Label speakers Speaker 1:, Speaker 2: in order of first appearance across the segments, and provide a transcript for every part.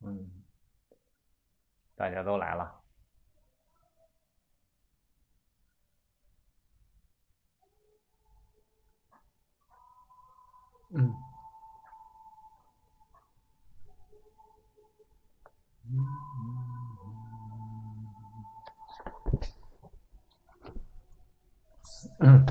Speaker 1: 嗯大家都来了，
Speaker 2: 嗯，嗯，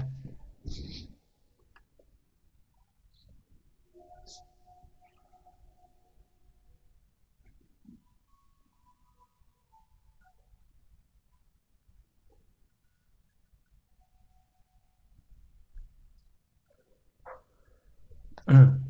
Speaker 2: 嗯，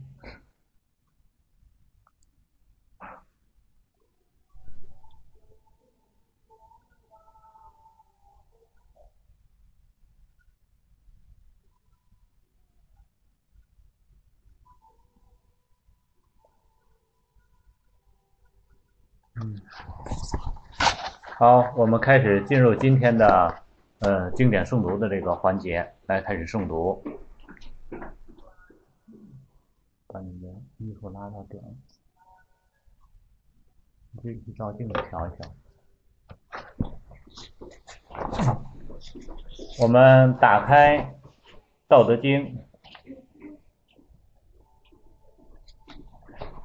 Speaker 1: 好，我们开始进入今天的呃经典诵读的这个环节，来开始诵读。把你的衣服拉到点儿，你这去照镜子调一调。我们打开《道德经》，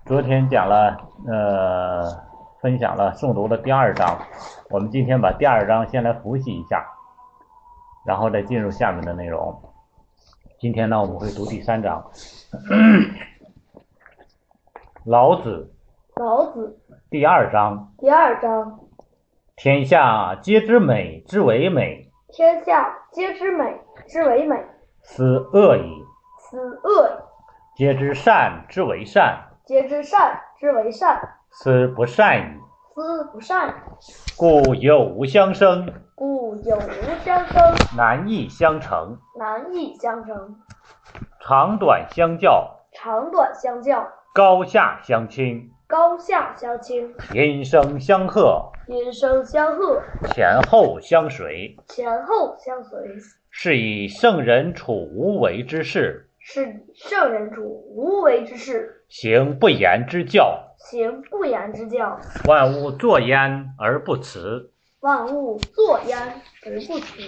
Speaker 1: 昨天讲了，呃，分享了诵读的第二章，我们今天把第二章先来复习一下，然后再进入下面的内容。今天呢，我们会读第三章。 老子
Speaker 3: 老子
Speaker 1: 第二章：
Speaker 3: 第二章：
Speaker 1: 天下皆知美之为美，
Speaker 3: 天下皆知美之为美，
Speaker 1: 斯恶已；
Speaker 3: 斯恶
Speaker 1: 皆知善之为善，
Speaker 3: 已；皆知善之为善，
Speaker 1: 斯不善已。
Speaker 3: 斯不善已。
Speaker 1: 故有无相生，
Speaker 3: 故有无相生，
Speaker 1: 难易相成，
Speaker 3: 难易相成，
Speaker 1: 长短相较，
Speaker 3: 长短相较，
Speaker 1: 高下相倾，
Speaker 3: 高下相倾，
Speaker 1: 音声相和，
Speaker 3: 音声相和，
Speaker 1: 前后相随。
Speaker 3: 前后相随。
Speaker 1: 是以圣人处无为之事，
Speaker 3: 是以圣人处无为之事，
Speaker 1: 行不言之教，
Speaker 3: 行不言之教，
Speaker 1: 万物作焉而不辞，
Speaker 3: 万物作焉而不辞，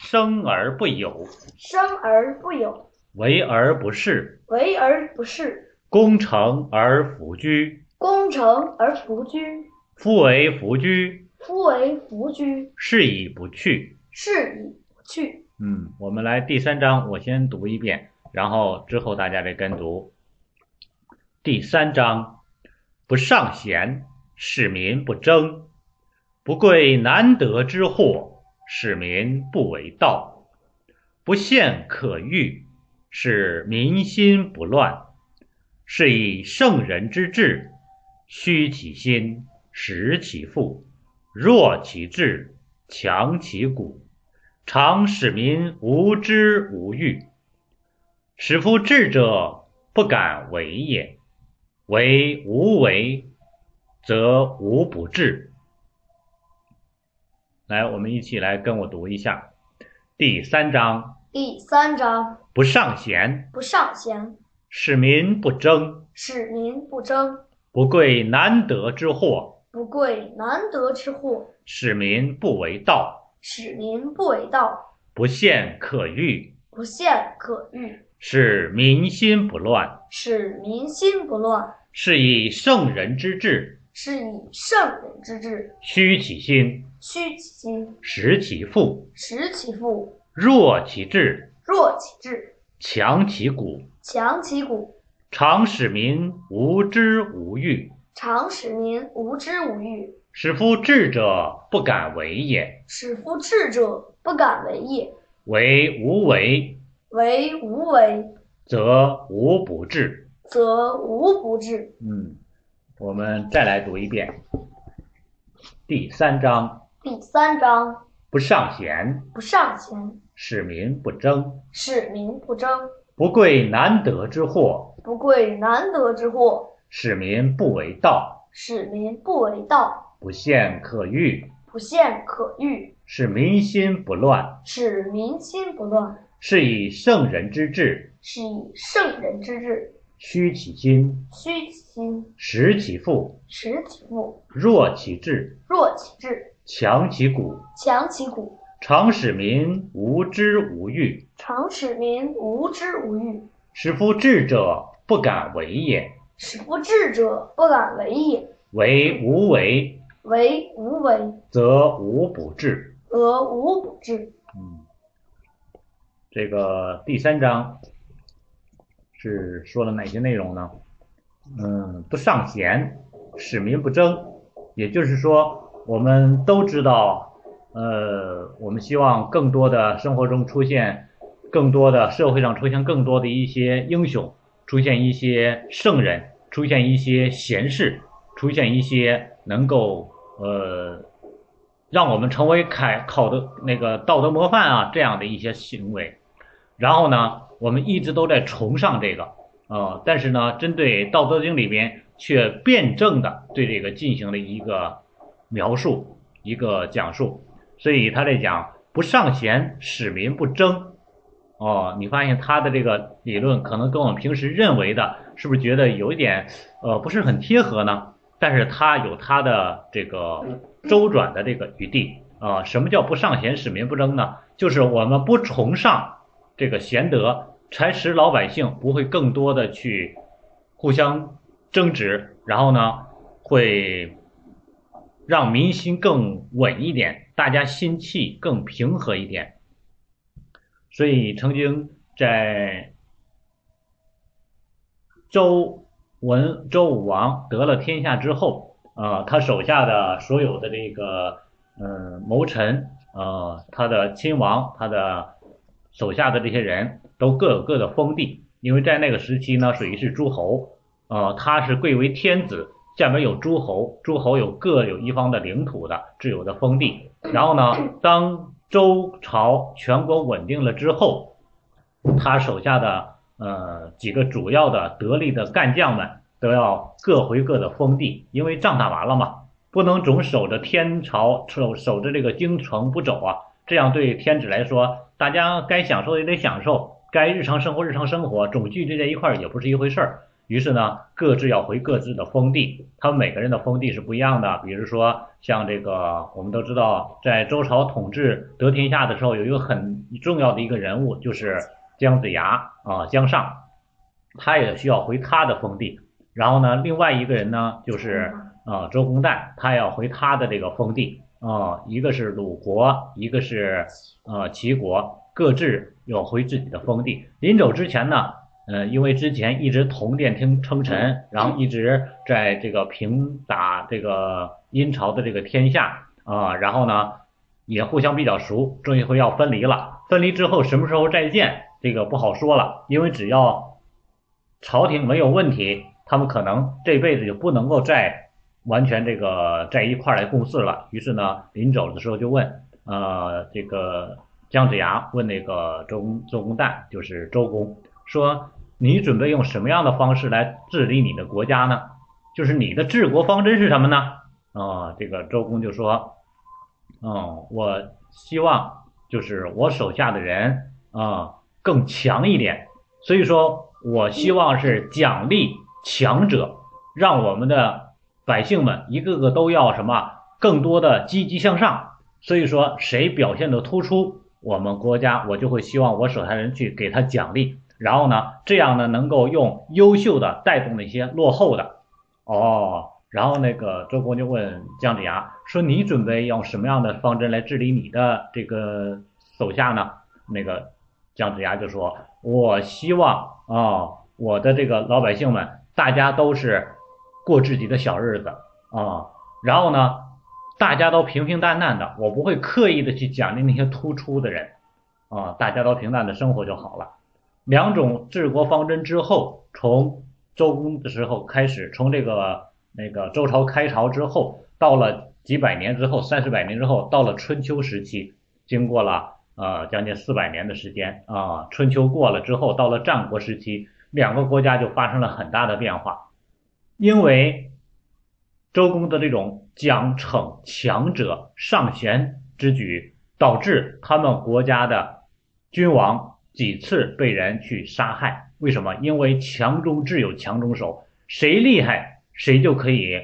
Speaker 1: 生而不有，
Speaker 3: 生而不有，
Speaker 1: 为而不恃。
Speaker 3: 为而不恃，
Speaker 1: 功成而弗居，
Speaker 3: 功成而弗居。
Speaker 1: 夫为弗居，
Speaker 3: 夫为弗居，
Speaker 1: 是以不去。
Speaker 3: 是以不去。
Speaker 1: 嗯，我们来第三章，我先读一遍，然后之后大家来跟读。第三章：不尚贤，使民不争；不贵难得之货，使民不为盗；不陷可欲，使民心不乱。是以圣人之治，虚其心，实其腹，弱其志，强其骨，常使民无知无欲。使夫智者不敢为也。为无为，则无不治。来，我们一起来跟我读一下第三章：
Speaker 3: 第三章：
Speaker 1: 不尚贤，
Speaker 3: 不尚贤，
Speaker 1: 使民不争；
Speaker 3: 使民不争；
Speaker 1: 不贵难得之货，
Speaker 3: 不贵难得之货，
Speaker 1: 使民不为盗；
Speaker 3: 使民不为盗；
Speaker 1: 不陷可欲，
Speaker 3: 不陷可欲，
Speaker 1: 使民心不乱。
Speaker 3: 使民心不乱。
Speaker 1: 是以圣人之治，
Speaker 3: 是以圣人之治，
Speaker 1: 虚其心，
Speaker 3: 虚其心，
Speaker 1: 实其腹，
Speaker 3: 实其腹，
Speaker 1: 弱其志，
Speaker 3: 弱其志，
Speaker 1: 强其骨。
Speaker 3: 强其骨，
Speaker 1: 常使民无知无欲，
Speaker 3: 常使民无知无欲。
Speaker 1: 使夫智者不敢为也。
Speaker 3: 使夫智者不敢为也。
Speaker 1: 为无为，
Speaker 3: 为无为，
Speaker 1: 则无不治。
Speaker 3: 则无不治。
Speaker 1: 嗯，我们再来读一遍第三章：
Speaker 3: 第三章：
Speaker 1: 不尚贤，
Speaker 3: 不尚贤，
Speaker 1: 使民不争；
Speaker 3: 使民不争；
Speaker 1: 不贵难得之货，
Speaker 3: 不贵难得之货，
Speaker 1: 使民不为盗；
Speaker 3: 使民不为盗；
Speaker 1: 不陷可欲，
Speaker 3: 不陷可欲，
Speaker 1: 使民心不乱。
Speaker 3: 使民心不乱。
Speaker 1: 是以圣人之治，
Speaker 3: 是以圣人之治，
Speaker 1: 虚其心，
Speaker 3: 虚其心，
Speaker 1: 实其腹，
Speaker 3: 实其腹，
Speaker 1: 弱其志，
Speaker 3: 弱其志，
Speaker 1: 强其骨，
Speaker 3: 强其骨，
Speaker 1: 常使民无知无欲，
Speaker 3: 常使民无知无欲。
Speaker 1: 使夫智者不敢为也。
Speaker 3: 使夫智者不敢为也，
Speaker 1: 为无为，
Speaker 3: 为无为，
Speaker 1: 则无不治。
Speaker 3: 而无不治。
Speaker 1: 嗯，这个第三章是说了哪些内容呢？嗯，不尚贤，使民不争。也就是说，我们都知道，呃，我们希望更多的生活中出现更多的社会上出现更多的一些英雄，出现一些圣人，出现一些贤士，出现一些能够呃让我们成为凯考的那个道德模范啊这样的一些行为。然后呢，我们一直都在崇尚这个，呃，但是呢，针对《道德经》里边却辩证的对这个进行了一个描述、一个讲述，所以他在讲不尚贤，使民不争。哦，你发现他的这个理论可能跟我们平时认为的，是不是觉得有一点呃不是很贴合呢？但是他有他的这个周转的这个余地啊、呃什么叫不尚贤，使民不争呢？就是我们不崇尚这个贤德，才使老百姓不会更多的去互相争执，然后呢，会让民心更稳一点，大家心气更平和一点。所以曾经在周文周武王得了天下之后，呃，他手下的所有的这个呃谋臣，呃，他的亲王，他的手下的这些人都各有各的封地，因为在那个时期呢，属于是诸侯，呃，他是贵为天子，下面有诸侯，诸侯有各有一方的领土的自有的封地。然后呢，当周朝全国稳定了之后，他手下的呃几个主要的得力的干将们都要各回各的封地，因为仗打完了嘛，不能总守着天朝，守守着这个京城不走啊。这样对天子来说，大家该享受也得享受，该日常生活日常生活，总聚集在一块儿也不是一回事儿。于是呢，各自要回各自的封地，他们每个人的封地是不一样的。比如说，像这个，我们都知道，在周朝统治得天下的时候，有一个很重要的一个人物，就是姜子牙啊、姜尚，他也需要回他的封地。然后呢，另外一个人呢，就是啊、周公旦，他要回他的这个封地啊、一个是鲁国，一个是呃齐国，各自要回自己的封地。临走之前呢，呃，因为之前一直同殿称称臣，然后一直在这个平打这个殷朝的这个天下啊、然后呢也互相比较熟，终于会要分离了。分离之后什么时候再见，这个不好说了，因为只要朝廷没有问题，他们可能这辈子就不能够再完全这个在一块儿来共事了。于是呢，临走的时候就问，呃，这个姜子牙问那个周公周公旦，就是周公，说你准备用什么样的方式来治理你的国家呢？就是你的治国方针是什么呢？啊、这个周公就说，嗯，我希望就是我手下的人啊、更强一点，所以说我希望是奖励强者，让我们的百姓们一个个都要什么更多的积极向上。所以说谁表现的突出，我们国家我就会希望我手下人去给他奖励，然后呢，这样呢能够用优秀的带动那些落后的。哦，然后那个周公就问姜子牙说：“你准备用什么样的方针来治理你的这个手下呢？”那个姜子牙就说：“我希望啊、我的这个老百姓们，大家都是过自己的小日子啊、然后呢，大家都平平淡淡的，我不会刻意的去奖励那些突出的人啊、大家都平淡的生活就好了。”两种治国方针之后，从周公的时候开始，从这个那个周朝开朝之后，到了几百年之后，三四百年之后，到了春秋时期，经过了呃将近四百年的时间啊、春秋过了之后，到了战国时期，两个国家就发生了很大的变化，因为周公的这种奖惩强者上贤之举，导致他们国家的君王几次被人去杀害。为什么？因为强中自有强中手，谁厉害谁就可以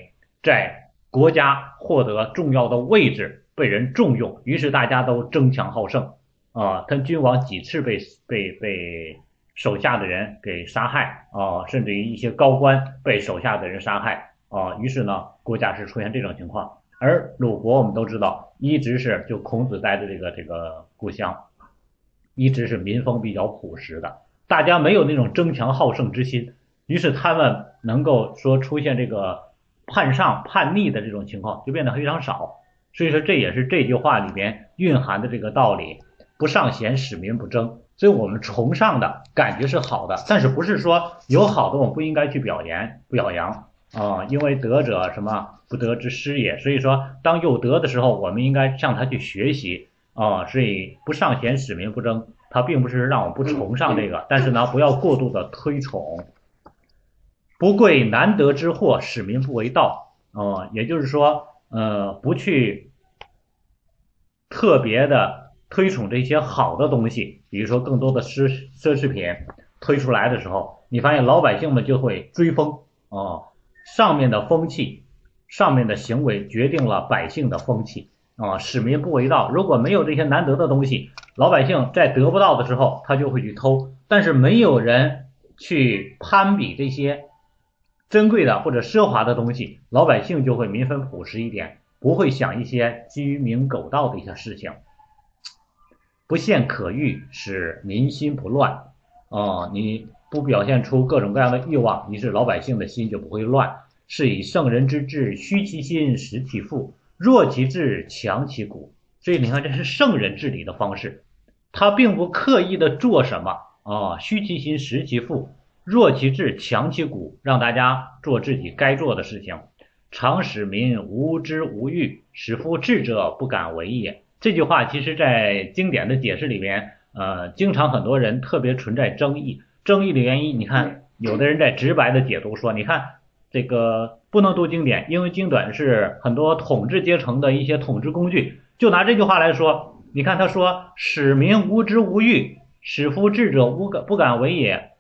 Speaker 1: 在国家获得重要的位置，被人重用。于是大家都争强好胜啊！他君王几次被被被手下的人给杀害啊，甚至于一些高官被手下的人杀害啊。于是呢，国家是出现这种情况。而鲁国我们都知道，一直是就孔子待的这个这个故乡，一直是民风比较朴实的，大家没有那种争强好胜之心，于是他们能够说出现这个叛上叛逆的这种情况就变得非常少。所以说这也是这句话里边蕴含的这个道理：不尚贤，使民不争。所以我们崇尚的感觉是好的，但是不是说有好的我们不应该去表扬表扬，啊、因为德者什么不德之师也。所以说，当有德的时候，我们应该向他去学习啊、所以不尚贤，使民不争，它并不是让我们不崇尚这个，但是呢，不要过度的推崇。不贵难得之货，使民不为盗。啊、也就是说，呃，不去特别的推崇这些好的东西，比如说更多的奢奢侈品推出来的时候，你发现老百姓们就会追风啊、上面的风气，上面的行为决定了百姓的风气啊、使民不为盗。如果没有这些难得的东西，老百姓在得不到的时候，他就会去偷，但是没有人去攀比这些珍贵的或者奢华的东西，老百姓就会民风朴实一点，不会想一些鸡鸣狗盗的一些事情。不现可欲，使民心不乱。啊、你不表现出各种各样的欲望，于是老百姓的心就不会乱。是以圣人之治，虚其心，实其腹；弱其志，强其骨。所以你看，这是圣人治理的方式，他并不刻意的做什么啊，虚其心，实其腹，弱其志，强其骨，让大家做自己该做的事情。常使民无知无欲，使夫智者不敢为也。这句话其实，在经典的解释里面，呃，经常很多人特别存在争议。争议的原因，你看，有的人在直白的解读说，你看这个不能读经典，因为经典是很多统治阶层的一些统治工具。就拿这句话来说，你看他说“使民无知无欲，使夫智者无敢不敢为也”，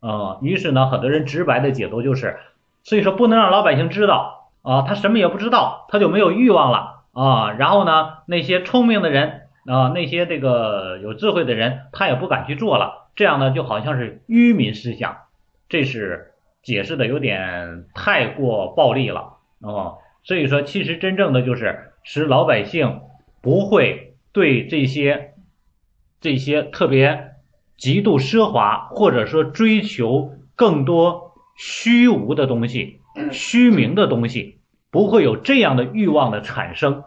Speaker 1: 呃，于是呢，很多人直白的解读就是，所以说不能让老百姓知道啊，他什么也不知道，他就没有欲望了啊。然后呢，那些聪明的人啊，那些这个有智慧的人，他也不敢去做了。这样呢，就好像是愚民思想，这是解释的有点太过暴力了哦。所以说，其实真正的就是使老百姓不会对这些这些特别极度奢华，或者说追求更多虚无的东西、虚名的东西，不会有这样的欲望的产生。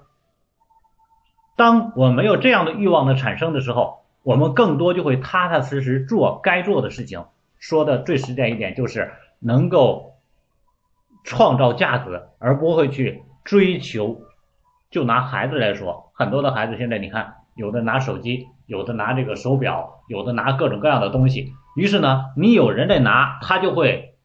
Speaker 1: 当我没有这样的欲望的产生的时候，我们更多就会踏踏实实做该做的事情。说的最实在一点，就是能够创造价值，而不会去追求。就拿孩子来说，很多的孩子现在你看，有的拿手机，有的拿这个手表，有的拿各种各样的东西。于是呢，你有人在拿，他就会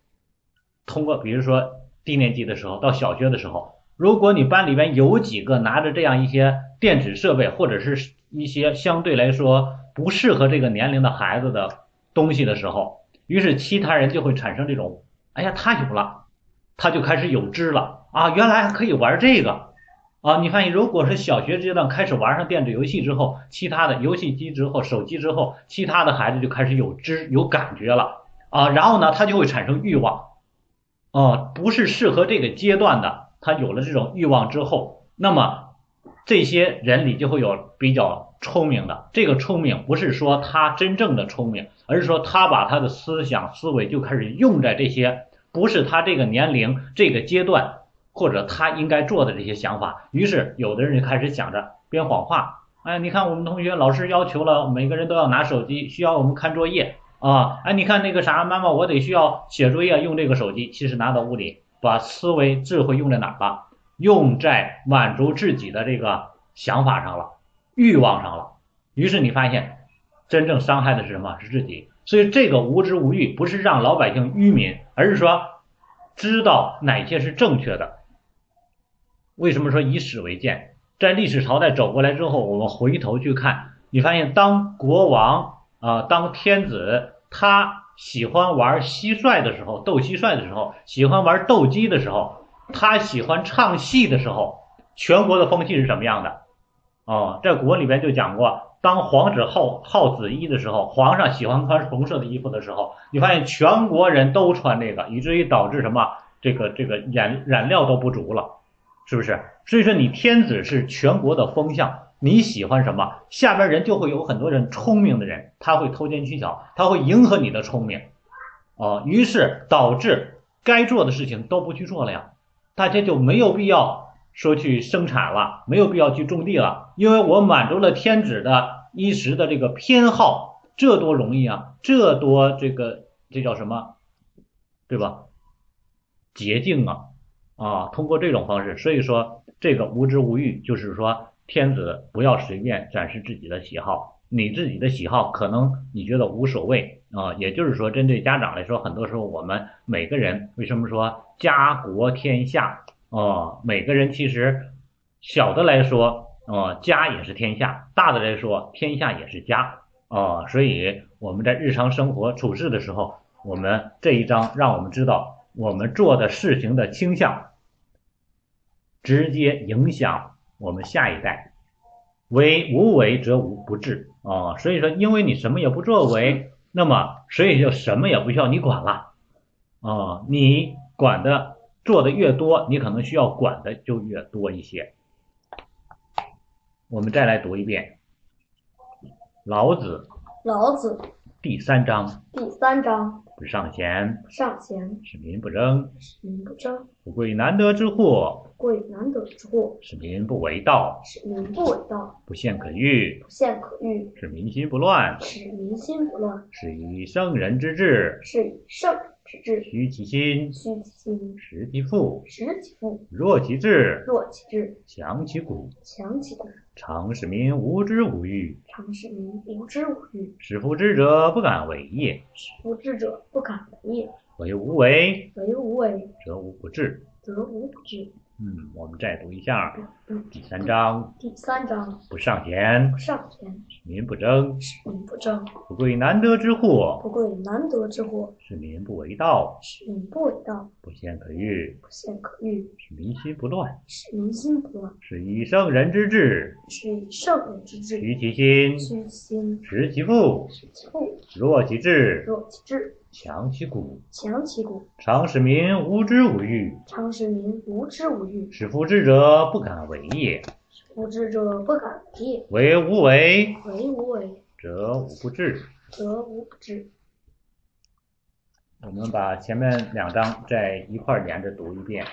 Speaker 1: 通过，比如说低年级的时候，到小学的时候，如果你班里边有几个拿着这样一些电子设备，或者是一些相对来说不适合这个年龄的孩子的东西的时候，于是其他人就会产生这种，哎呀，他有了，他就开始有知了啊，原来还可以玩这个啊！你发现，如果是小学阶段开始玩上电子游戏之后，其他的游戏机之后、手机之后，其他的孩子就开始有知有感觉了啊，然后呢，他就会产生欲望，哦，不是适合这个阶段的，他有了这种欲望之后，那么这些人里就会有比较聪明的。这个聪明不是说他真正的聪明，而是说他把他的思想思维就开始用在这些不是他这个年龄、这个阶段或者他应该做的这些想法。于是有的人就开始想着编谎话，哎，你看我们同学老师要求了，每个人都要拿手机，需要我们看作业，啊，哎，你看那个啥，妈妈，我得需要写作业用这个手机。其实拿到屋里，把思维智慧用在哪儿了？用在满足自己的这个想法上了，欲望上了。于是你发现，真正伤害的是什么？是自己。所以这个无知无欲，不是让老百姓愚民，而是说知道哪些是正确的。为什么说以史为鉴？在历史朝代走过来之后，我们回头去看，你发现当国王啊，当天子他喜欢玩蟋蟀的时候，斗蟋蟀的时候，喜欢玩斗鸡的时候，他喜欢唱戏的时候，全国的风气是什么样的？哦，在古文里边就讲过，当皇子好好紫衣的时候，皇上喜欢穿红色的衣服的时候，你发现全国人都穿这个，以至于导致什么？这个这个染染料都不足了。是不是？所以说你天子是全国的风向，你喜欢什么，下边人就会有很多人聪明的人，他会偷奸取巧，他会迎合你的聪明，哦、于是导致该做的事情都不去做了呀，大家就没有必要说去生产了，没有必要去种地了，因为我满足了天子的衣食的这个偏好，这多容易啊，这多这个这叫什么，对吧？捷径啊。啊，通过这种方式，所以说这个无知无欲，就是说天子不要随便展示自己的喜好，你自己的喜好可能你觉得无所谓啊，也就是说，针对家长来说，很多时候我们每个人为什么说家国天下啊，每个人其实小的来说啊，家也是天下，大的来说天下也是家啊，所以我们在日常生活处事的时候，我们这一章让我们知道。我们做的事情的倾向，直接影响我们下一代。为无为则无不治啊、所以说，因为你什么也不作为，那么所以就什么也不需要你管了啊、你管的做的越多，你可能需要管的就越多一些。我们再来读一遍《老子》
Speaker 3: 老子
Speaker 1: 第三章：
Speaker 3: 第三章
Speaker 1: 不尚贤，
Speaker 3: 上贤，
Speaker 1: 使民不争；
Speaker 3: 使民嗯不争，
Speaker 1: 富贵难得之货，
Speaker 3: 贵难得之货，
Speaker 1: 使民不为盗，
Speaker 3: 使民不为盗，
Speaker 1: 不陷可欲，
Speaker 3: 不陷可欲，
Speaker 1: 使民心不乱，
Speaker 3: 使民心不乱，
Speaker 1: 是以圣人之治，
Speaker 3: 是以圣人之治。
Speaker 1: 虚其心，
Speaker 3: 虚其心，
Speaker 1: 实其腹，
Speaker 3: 实其腹，
Speaker 1: 弱其志，
Speaker 3: 弱其志，
Speaker 1: 强其骨，
Speaker 3: 强其骨。
Speaker 1: 常使民无知无欲，
Speaker 3: 常使民无知无欲，
Speaker 1: 使夫知者不敢为也。
Speaker 3: 无知者不敢为也。
Speaker 1: 为无为，
Speaker 3: 为无为，
Speaker 1: 则无不治。
Speaker 3: 则无不治。
Speaker 1: 嗯，我们再读一下
Speaker 3: 嗯
Speaker 1: 第三章：
Speaker 3: 第三章
Speaker 1: 不尚贤，
Speaker 3: 不尚贤，
Speaker 1: 使民不争；
Speaker 3: 使民不争，
Speaker 1: 不贵难得之货，
Speaker 3: 不贵难得之货，
Speaker 1: 使民不为盗；
Speaker 3: 使民不为盗，
Speaker 1: 不陷可欲，
Speaker 3: 不陷可欲，
Speaker 1: 使民心不乱。
Speaker 3: 使民心不乱，
Speaker 1: 是以圣人之治，
Speaker 3: 是以圣人之治。
Speaker 1: 虚其心，
Speaker 3: 虚其心，
Speaker 1: 实其腹，
Speaker 3: 实其腹，
Speaker 1: 弱其志，
Speaker 3: 弱其志，
Speaker 1: 强其骨。
Speaker 3: 强其骨。
Speaker 1: 常使民无知无欲，
Speaker 3: 常使民无知无欲，
Speaker 1: 使夫智者不敢为也。
Speaker 3: 无知者不敢为也。
Speaker 1: 为无为，
Speaker 3: 为无为，
Speaker 1: 则无不治。
Speaker 3: 则无不治。
Speaker 1: 我们把前面两章在一块儿连着读一遍，《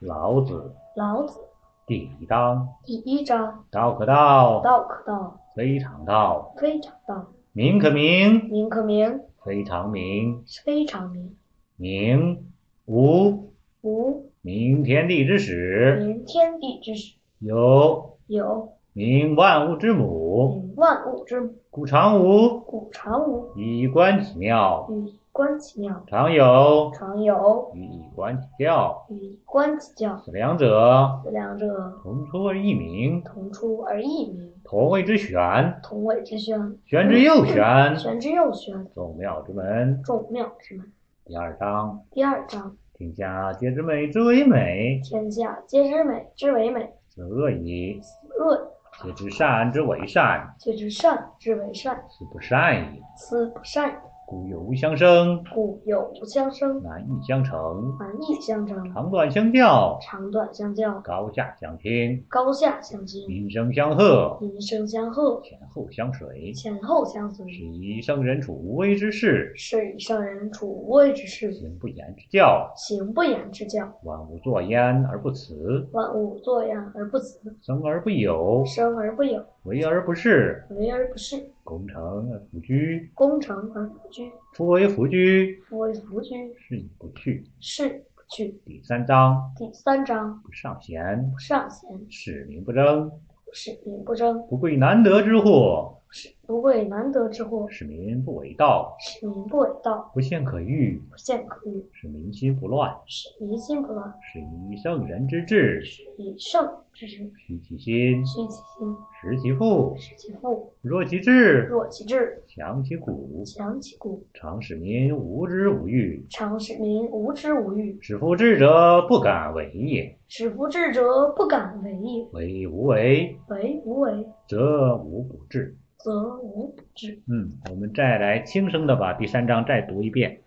Speaker 1: 老子》
Speaker 3: 老子
Speaker 1: 第一章：
Speaker 3: 第一章：
Speaker 1: 道可道，
Speaker 3: 道可道，
Speaker 1: 非常道；
Speaker 3: 非常道；
Speaker 1: 名可名，
Speaker 3: 名可名，
Speaker 1: 非常名。
Speaker 3: 非常名。
Speaker 1: 名无
Speaker 3: 无
Speaker 1: 名天地之始，
Speaker 3: 名天地之始，
Speaker 1: 有
Speaker 3: 有
Speaker 1: 名万物之母。
Speaker 3: 名万物之母。
Speaker 1: 故常无，
Speaker 3: 故常无，
Speaker 1: 以以观其妙；
Speaker 3: 予以观其妙；
Speaker 1: 常有，
Speaker 3: 常有，
Speaker 1: 以以观其妙。
Speaker 3: 予以观其教。
Speaker 1: 此两者，
Speaker 3: 此两者，
Speaker 1: 同出而异名，
Speaker 3: 同出而异名，
Speaker 1: 同谓之玄。
Speaker 3: 同谓之玄。
Speaker 1: 玄之又玄，
Speaker 3: 玄之又玄，
Speaker 1: 众妙之门。
Speaker 3: 众妙之门。
Speaker 1: 第二章，
Speaker 3: 第二章：
Speaker 1: 天下皆知美之为美，
Speaker 3: 天下皆知美之为美，
Speaker 1: 此恶已；
Speaker 3: 恶
Speaker 1: 皆知善之为善，
Speaker 3: 皆知善之为善，
Speaker 1: 此不善已。
Speaker 3: 斯不善也。
Speaker 1: 故有无相生，
Speaker 3: 故有无相生，
Speaker 1: 难易相成，
Speaker 3: 难易相争，
Speaker 1: 长短相较，
Speaker 3: 长短相较，
Speaker 1: 高下相倾，
Speaker 3: 高下相倾，
Speaker 1: 民生相和，
Speaker 3: 民生相和，
Speaker 1: 前后相随。
Speaker 3: 前后相随。
Speaker 1: 是以圣人处无为之事，
Speaker 3: 是以圣人处无为之事，
Speaker 1: 行不言之教，
Speaker 3: 行不言之教。
Speaker 1: 万物作焉而不辞，
Speaker 3: 万物作焉而不辞，
Speaker 1: 生而不有，
Speaker 3: 生而不有，
Speaker 1: 为而不恃，
Speaker 3: 为而不恃，
Speaker 1: 功成而弗居，
Speaker 3: 功成而弗居。
Speaker 1: 夫为弗居，
Speaker 3: 夫为弗居，
Speaker 1: 是以不去。
Speaker 3: 是不去。
Speaker 1: 第三章
Speaker 3: 第三章：
Speaker 1: 不尚贤，
Speaker 3: 不尚贤，
Speaker 1: 使民不争，
Speaker 3: 使民不争，
Speaker 1: 不贵难得之货，
Speaker 3: 不不为难得之祸，
Speaker 1: 使民不为盗，
Speaker 3: 使民不为盗，
Speaker 1: 不陷可欲，
Speaker 3: 不陷可欲，
Speaker 1: 使民心不乱，
Speaker 3: 使民心不乱，
Speaker 1: 是以圣人之治，
Speaker 3: 以圣治之，
Speaker 1: 虚其心，
Speaker 3: 训其心，
Speaker 1: 实其腹，
Speaker 3: 使其腹，
Speaker 1: 弱其志，
Speaker 3: 弱其志，
Speaker 1: 强其骨，
Speaker 3: 强其骨，
Speaker 1: 常使民无知无欲。
Speaker 3: 常使民无知无欲。
Speaker 1: 使夫智者不敢为也，
Speaker 3: 使夫智者不敢为也，
Speaker 1: 为无为，
Speaker 3: 为无为，
Speaker 1: 则无不治。
Speaker 3: 则无不治。
Speaker 1: 嗯，我们再来轻声的把第三章再读一遍。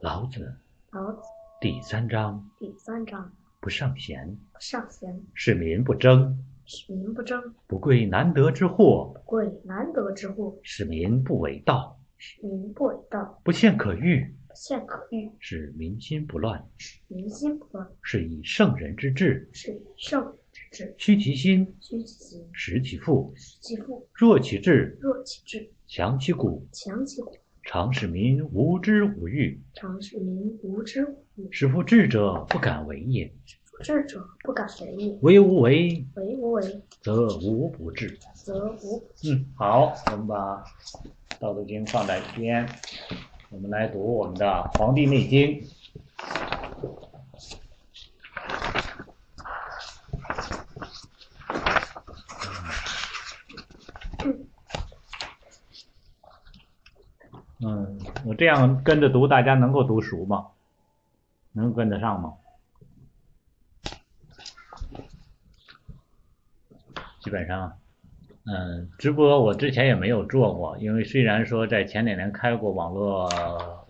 Speaker 1: 老子
Speaker 3: 老子
Speaker 1: 第三章：
Speaker 3: 第三章：
Speaker 1: 不尚贤，
Speaker 3: 不尚贤，
Speaker 1: 是民不争；
Speaker 3: 使民不争，
Speaker 1: 不贵难得之货，
Speaker 3: 贵难得之货，
Speaker 1: 使民不为盗；
Speaker 3: 使民不为盗，
Speaker 1: 不陷可欲，
Speaker 3: 不陷可欲，
Speaker 1: 使民心不乱。
Speaker 3: 民心不乱，
Speaker 1: 是以圣人之治，
Speaker 3: 是以圣人之治。
Speaker 1: 虚其心，
Speaker 3: 虚其心，
Speaker 1: 实其腹，
Speaker 3: 实其腹，
Speaker 1: 弱其志，
Speaker 3: 弱其志，
Speaker 1: 强其骨，
Speaker 3: 强其骨，
Speaker 1: 常使民无知无欲。
Speaker 3: 常使民无知无欲。
Speaker 1: 使夫智者不敢为也，
Speaker 3: 夫智者不敢为也，
Speaker 1: 为无为，
Speaker 3: 为无为，
Speaker 1: 则无不治。
Speaker 3: 则无不治。
Speaker 1: 嗯，好，我们把《道德经》放在一边，我们来读我们的《黄帝内经》。嗯，我这样跟着读，大家能够读熟吗？能跟得上吗？基本上嗯，直播我之前也没有做过，因为虽然说在前两年开过网络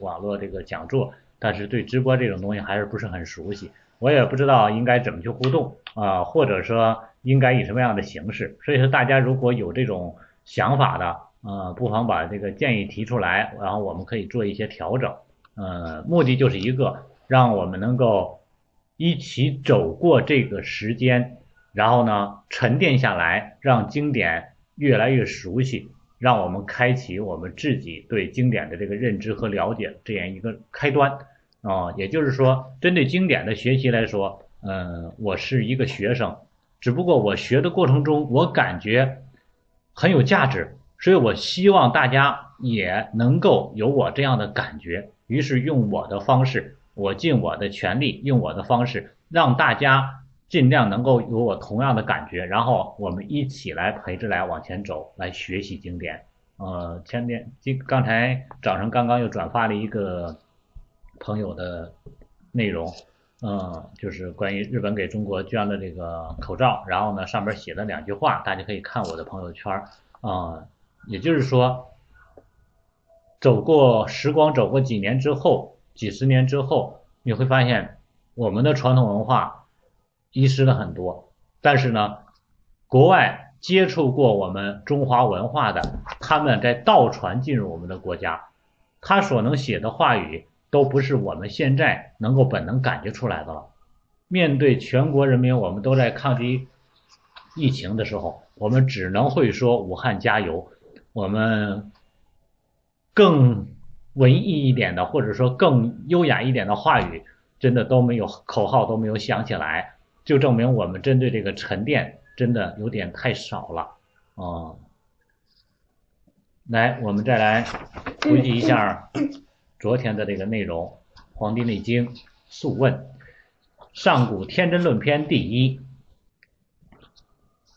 Speaker 1: 网络这个讲座，但是对直播这种东西还是不是很熟悉，我也不知道应该怎么去互动啊、或者说应该以什么样的形式。所以说大家如果有这种想法的，呃，不妨把这个建议提出来，然后我们可以做一些调整。呃，目的就是一个，让我们能够一起走过这个时间，然后呢沉淀下来，让经典越来越熟悉，让我们开启我们自己对经典的这个认知和了解这样一个开端啊、也就是说，针对经典的学习来说，嗯、我是一个学生，只不过我学的过程中，我感觉很有价值，所以我希望大家也能够有我这样的感觉。于是用我的方式，我尽我的全力，用我的方式，让大家尽量能够有我同样的感觉，然后我们一起来陪着来往前走，来学习经典。呃，前面今刚才早上刚刚又转发了一个朋友的内容，嗯，就是关于日本给中国捐了这个口罩，然后呢上面写了两句话，大家可以看我的朋友圈儿啊、也就是说，走过时光，走过几年之后，几十年之后，你会发现我们的传统文化遗失了很多，但是呢，国外接触过我们中华文化的，他们在倒传进入我们的国家，他所能写的话语都不是我们现在能够本能感觉出来的了。面对全国人民，我们都在抗击疫情的时候，我们只能会说“武汉加油”，我们更文艺一点的，或者说更优雅一点的话语，真的都没有口号都没有想起来，就证明我们针对这个沉淀真的有点太少了啊、嗯来，我们再来回忆一下昨天的这个内容，《黄帝内经·素问·上古天真论篇》第一，《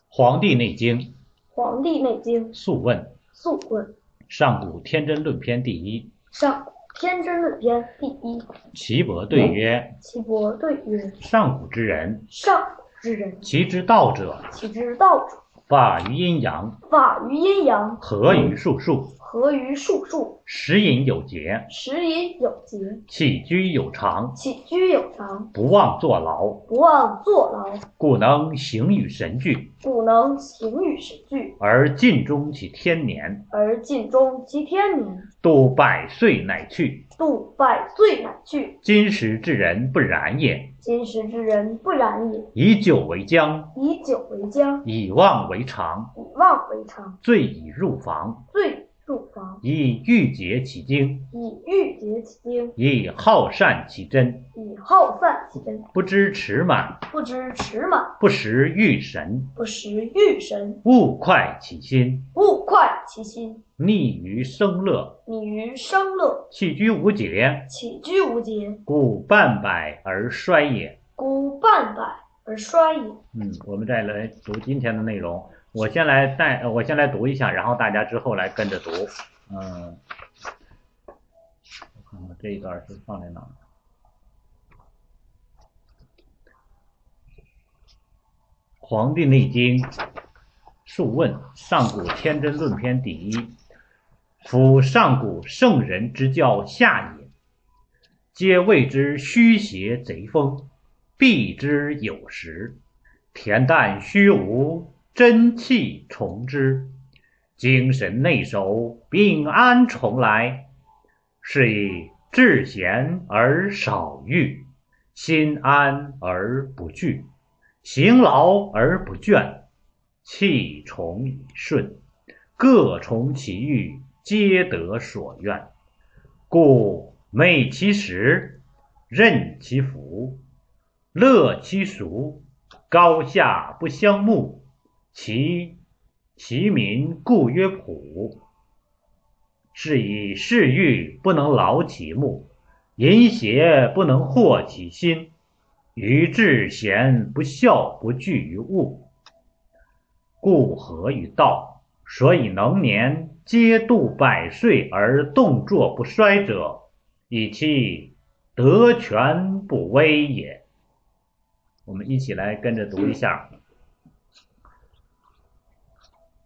Speaker 1: 黄帝内经·
Speaker 3: 《黄帝内经·
Speaker 1: 素问·
Speaker 3: 素问》
Speaker 1: 上古天真论篇》第一。
Speaker 3: 上《天真论篇》第一。
Speaker 1: 岐伯对曰
Speaker 3: 岐伯对曰：“
Speaker 1: 上古之人，：“
Speaker 3: 上古之人，
Speaker 1: 其之道者，
Speaker 3: 其之道者，
Speaker 1: 发于阴阳，
Speaker 3: 法于阴阳，
Speaker 1: 和于术数，
Speaker 3: 合于术数，
Speaker 1: 食饮有节，
Speaker 3: 食饮有节，
Speaker 1: 起居有常，
Speaker 3: 起居有常，
Speaker 1: 不忘作劳，
Speaker 3: 不忘坐劳，
Speaker 1: 故能行于神俱，
Speaker 3: 故能行于时俱，
Speaker 1: 而尽终其天年，
Speaker 3: 而尽终其天年，
Speaker 1: 度百岁乃去。
Speaker 3: 度百岁乃去。
Speaker 1: 今时之人不然也，
Speaker 3: 今时之人不然也，
Speaker 1: 以久为僵，
Speaker 3: 以久为僵，
Speaker 1: 以忘为常，
Speaker 3: 以忘为常，
Speaker 1: 醉以入房，
Speaker 3: 醉入房，
Speaker 1: 以欲竭其精，
Speaker 3: 以欲竭其精，
Speaker 1: 以好善其真。”
Speaker 3: 以好犯焉，
Speaker 1: 不知持满，
Speaker 3: 不知持满，
Speaker 1: 不识欲神，
Speaker 3: 不识欲神，
Speaker 1: 勿快其心，
Speaker 3: 勿快其心，
Speaker 1: 逆于生乐，
Speaker 3: 拟于生乐，
Speaker 1: 起居无节，
Speaker 3: 起居无节，
Speaker 1: 故半百而衰也。
Speaker 3: 故半百而衰也。
Speaker 1: 嗯，我们再来读今天的内容。我先来带，呃我先来读一下，然后大家之后来跟着读。嗯，我看看这一段是放在哪儿？《黄帝内经·述问·上古天真论篇》第一：夫上古圣人之教下也，皆谓之虚邪贼风，避之有时。恬淡虚无，真气重之，精神内守，病安重来。是以至贤而少欲，心安而不惧，行劳而不倦，气重以顺，各从其欲，皆得所愿。故昧其时，任其福，乐其俗，高下不相慕，其其民故曰朴。是以嗜欲不能劳其目，淫邪不能惑其心。于至贤不孝，不惧于物，故合于道。所以能年皆度百岁而动作不衰者，以其德全不危也。我们一起来跟着读一下《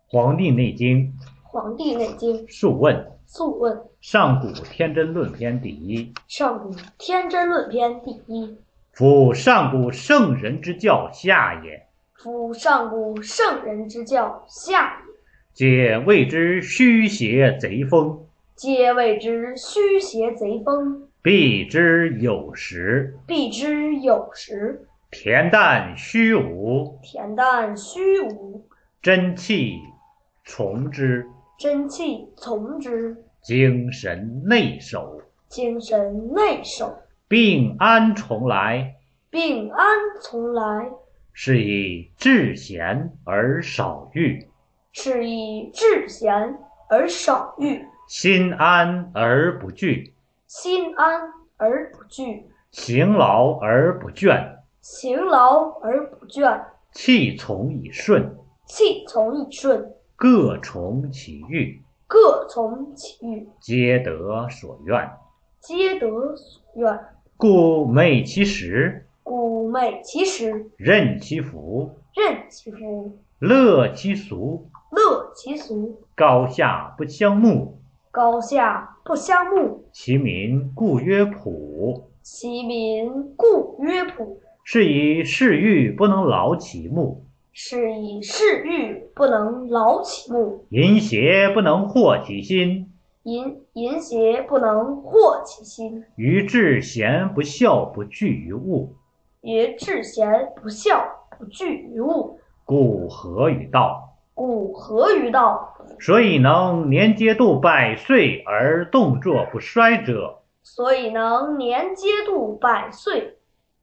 Speaker 1: 黄帝内经
Speaker 3: 《黄帝内经
Speaker 1: ·述问》《
Speaker 3: ·素问·
Speaker 1: 上古天真论篇》第一：
Speaker 3: 上古天真论篇第一。
Speaker 1: 夫上古圣人之教下也，
Speaker 3: 夫上古圣人之教下也，
Speaker 1: 皆谓之虚邪贼风，
Speaker 3: 皆谓之虚邪贼风，
Speaker 1: 避之有时。
Speaker 3: 避之有时。
Speaker 1: 恬淡虚无，
Speaker 3: 恬淡虚无，
Speaker 1: 真气从之，
Speaker 3: 真气从之，
Speaker 1: 精神内守，
Speaker 3: 精神内守，
Speaker 1: 病安从来。
Speaker 3: 病安从来。
Speaker 1: 是以至贤而少欲，
Speaker 3: 是以至贤而少欲，
Speaker 1: 心安而不惧，
Speaker 3: 心安而不惧，
Speaker 1: 行劳而不倦，
Speaker 3: 行劳而不倦，
Speaker 1: 气从以顺，
Speaker 3: 气从一顺，
Speaker 1: 各从其欲，
Speaker 3: 各从其欲，
Speaker 1: 皆得所愿。
Speaker 3: 皆得所愿。
Speaker 1: 故昧其时，
Speaker 3: 故美其时，
Speaker 1: 任其福，
Speaker 3: 任其夫，
Speaker 1: 乐其俗，
Speaker 3: 乐其俗，
Speaker 1: 高下不相慕。
Speaker 3: 高下不相慕，
Speaker 1: 其民故曰朴。
Speaker 3: 其民故曰朴。
Speaker 1: 是以嗜欲不能劳其目，
Speaker 3: 是以嗜欲不能劳其目，
Speaker 1: 淫邪不能惑其心。
Speaker 3: 淫淫邪不能惑其心。
Speaker 1: 于至贤不孝，不惧于物。
Speaker 3: 于至贤不孝，不惧于物，
Speaker 1: 故合于道，
Speaker 3: 故合于道。
Speaker 1: 所以能年皆度百岁而动作不衰者，
Speaker 3: 所以能年皆度百岁，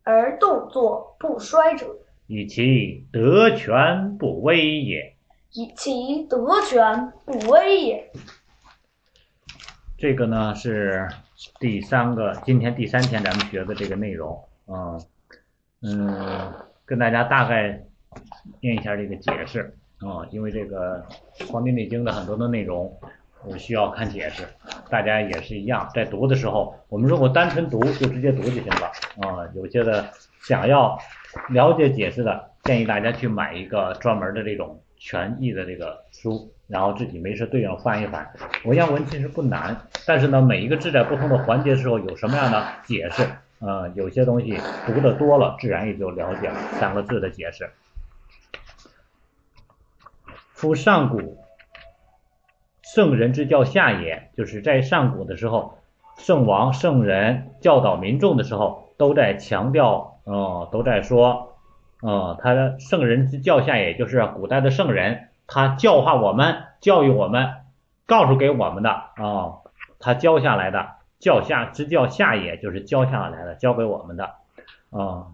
Speaker 3: 而动作不衰者，
Speaker 1: 以其德全不危也。
Speaker 3: 以其德全不危也。
Speaker 1: 这个呢是第三个，今天第三天咱们学的这个内容啊、嗯，跟大家大概念一下这个解释啊、因为这个《黄帝内经》的很多的内容。我需要看解释，大家也是一样，在读的时候，我们如果单纯读就直接读就行了啊、有些的想要了解解释的，建议大家去买一个专门的这种全译的这个书，然后自己没事对应翻一翻。文言文其实不难，但是呢，每一个字在不同的环节时候有什么样的解释，呃，有些东西读的多了，自然也就了解了三个字的解释。夫上古圣人之教下也，就是在上古的时候，圣王、圣人教导民众的时候，都在强调，呃，都在说，呃，他的圣人之教下也，就是古代的圣人，他教化我们、教育我们、告诉给我们的啊、他教下来的教下之教下也，就是教下来的，教给我们的。啊，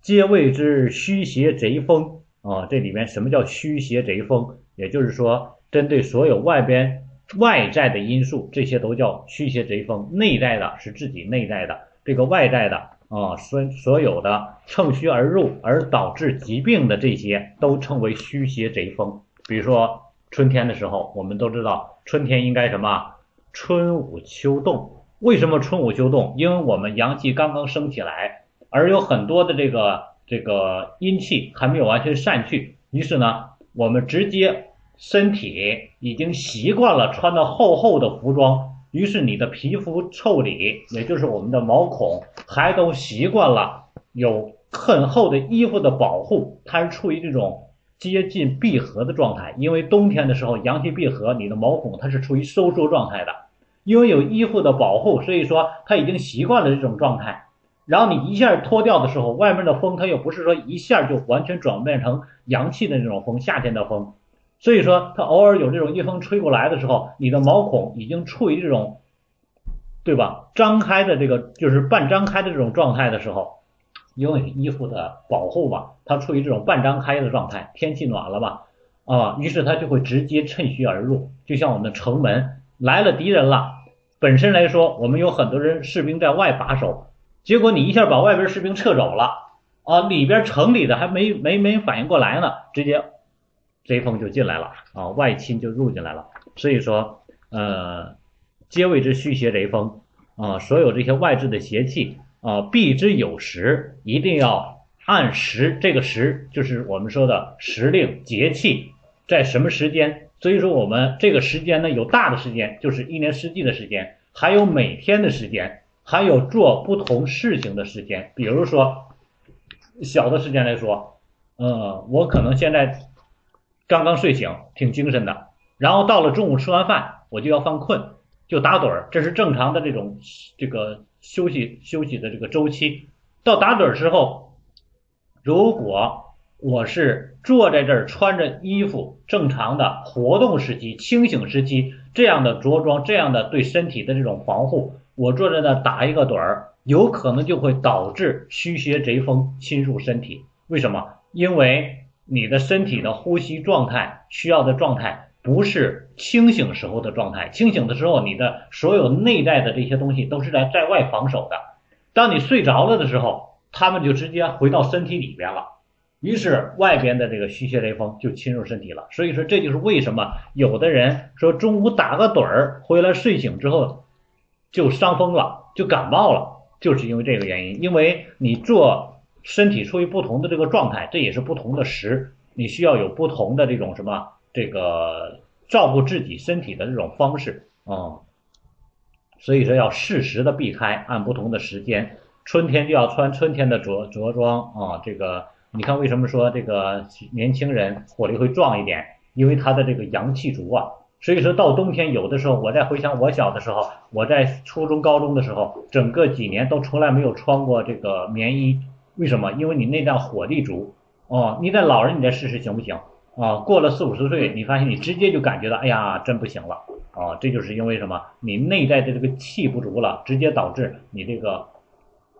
Speaker 1: 皆谓之虚邪贼风啊。这里面什么叫虚邪贼风？也就是说，针对所有外边外在的因素，这些都叫虚邪贼风。内在的是自己内在的，这个外在的啊，所所有的乘虚而入而导致疾病的这些，都称为虚邪贼风。比如说春天的时候，我们都知道春天应该什么？春捂秋冻。为什么春捂秋冻？因为我们阳气刚刚升起来，而有很多的这个这个阴气还没有完全散去，于是呢，我们直接身体已经习惯了穿的厚厚的服装，于是你的皮肤腠理，也就是我们的毛孔，还都习惯了有很厚的衣服的保护，它是处于这种接近闭合的状态。因为冬天的时候阳气闭合，你的毛孔它是处于收缩状态的，因为有衣服的保护，所以说它已经习惯了这种状态。然后你一下脱掉的时候，外面的风它又不是说一下就完全转变成阳气的那种风，夏天的风，所以说它偶尔有这种一风吹过来的时候，你的毛孔已经处于这种，对吧？张开的这个就是半张开的这种状态的时候，因为衣服的保护嘛，它处于这种半张开的状态，天气暖了嘛，啊，于是它就会直接趁虚而入，就像我们的城门来了敌人了，本身来说，我们有很多人士兵在外把守。结果你一下把外边士兵撤走了，啊，里边城里的还没没没反应过来呢，直接贼风就进来了啊，外侵就入进来了。所以说，呃，皆谓之虚邪贼风啊，所有这些外置的邪气啊，避之有时，一定要按时，这个时就是我们说的时令节气，在什么时间？所以说我们这个时间呢，有大的时间，就是一年四季的时间，还有每天的时间。还有做不同事情的时间，比如说小的时间来说，呃，我可能现在刚刚睡醒，挺精神的，然后到了中午吃完饭，我就要犯困，就打盹儿，这是正常的这种这个休息休息的这个周期。到打盹儿之后，如果我是坐在这儿穿着衣服，正常的活动时期、清醒时期这样的着装，这样的对身体的这种防护。我坐在那打一个盹儿，有可能就会导致虚邪贼风侵入身体。为什么？因为你的身体的呼吸状态需要的状态不是清醒时候的状态。清醒的时候，你的所有内在的这些东西都是在在外防守的。当你睡着了的时候，他们就直接回到身体里边了。于是外边的这个虚邪雷锋就侵入身体了。所以说，这就是为什么有的人说中午打个盹儿回来睡醒之后。就伤风了，就感冒了，就是因为这个原因。因为你做身体处于不同的这个状态，这也是不同的时，你需要有不同的这种什么这个照顾自己身体的这种方式啊、嗯。所以说要适时的避开，按不同的时间，春天就要穿春天的着着装啊。这个你看为什么说这个年轻人火力会壮一点，因为他的这个阳气足啊。所以说到冬天，有的时候我在回想我小的时候，我在初中、高中的时候，整个几年都从来没有穿过这个棉衣。为什么？因为你内脏火力足哦。你在老人，你再试试行不行啊？过了四五十岁，你发现你直接就感觉到，哎呀，真不行了啊！这就是因为什么？你内在的这个气不足了，直接导致你这个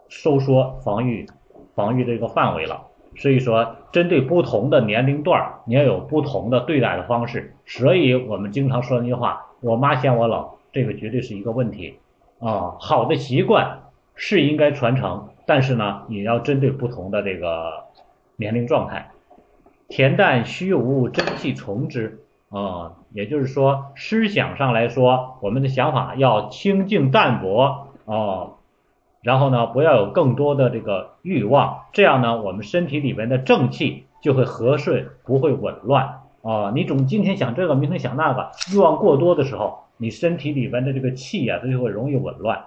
Speaker 1: 收缩防御防御这个范围了。所以说，针对不同的年龄段儿，你要有不同的对待的方式。所以我们经常说那句话：“我妈嫌我老”，这个绝对是一个问题啊。好的习惯是应该传承，但是呢，也要针对不同的这个年龄状态。恬淡虚无，真气从之啊。也就是说，思想上来说，我们的想法要清净淡泊啊。然后呢，不要有更多的这个欲望，这样呢，我们身体里面的正气就会和顺，不会紊乱啊。你总今天想这个，明天想那个，欲望过多的时候，你身体里面的这个气呀、啊，它就会容易紊乱。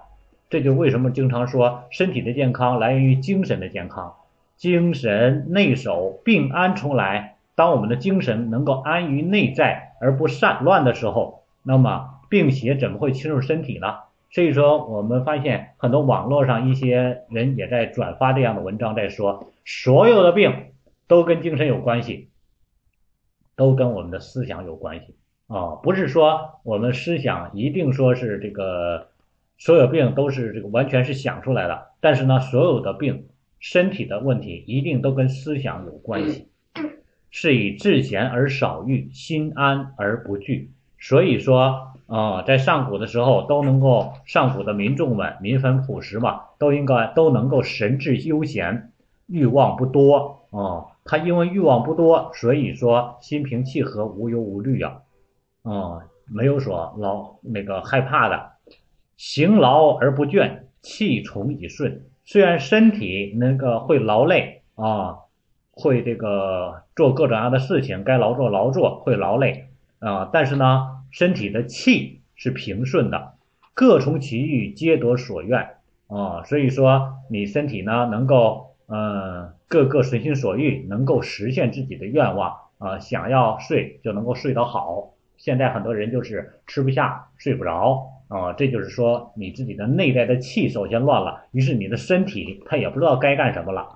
Speaker 1: 这就为什么经常说身体的健康来源于精神的健康，精神内守，病安从来。当我们的精神能够安于内在而不散乱的时候，那么病邪怎么会侵入身体呢？所以说，我们发现很多网络上一些人也在转发这样的文章，在说所有的病都跟精神有关系，都跟我们的思想有关系啊，不是说我们思想一定说是这个所有病都是这个完全是想出来的，但是呢，所有的病身体的问题一定都跟思想有关系。是以至贤而少欲，心安而不惧。所以说，呃，在上古的时候都能够，上古的民众们民风朴实嘛，都应该都能够神志悠闲，欲望不多啊、呃他因为欲望不多，所以说心平气和，无忧无虑啊，啊、没有所老那个害怕的，行劳而不倦，气宠以顺。虽然身体那个会劳累啊，会这个做各种各样的事情，该劳作劳作，会劳累啊，但是呢，身体的气是平顺的，各从其欲，皆得所愿啊。所以说，你身体呢能够呃各个随心所欲，能够实现自己的愿望啊，想要睡就能够睡得好。现在很多人就是吃不下，睡不着啊、这就是说你自己的内在的气首先乱了，于是你的身体它也不知道该干什么了。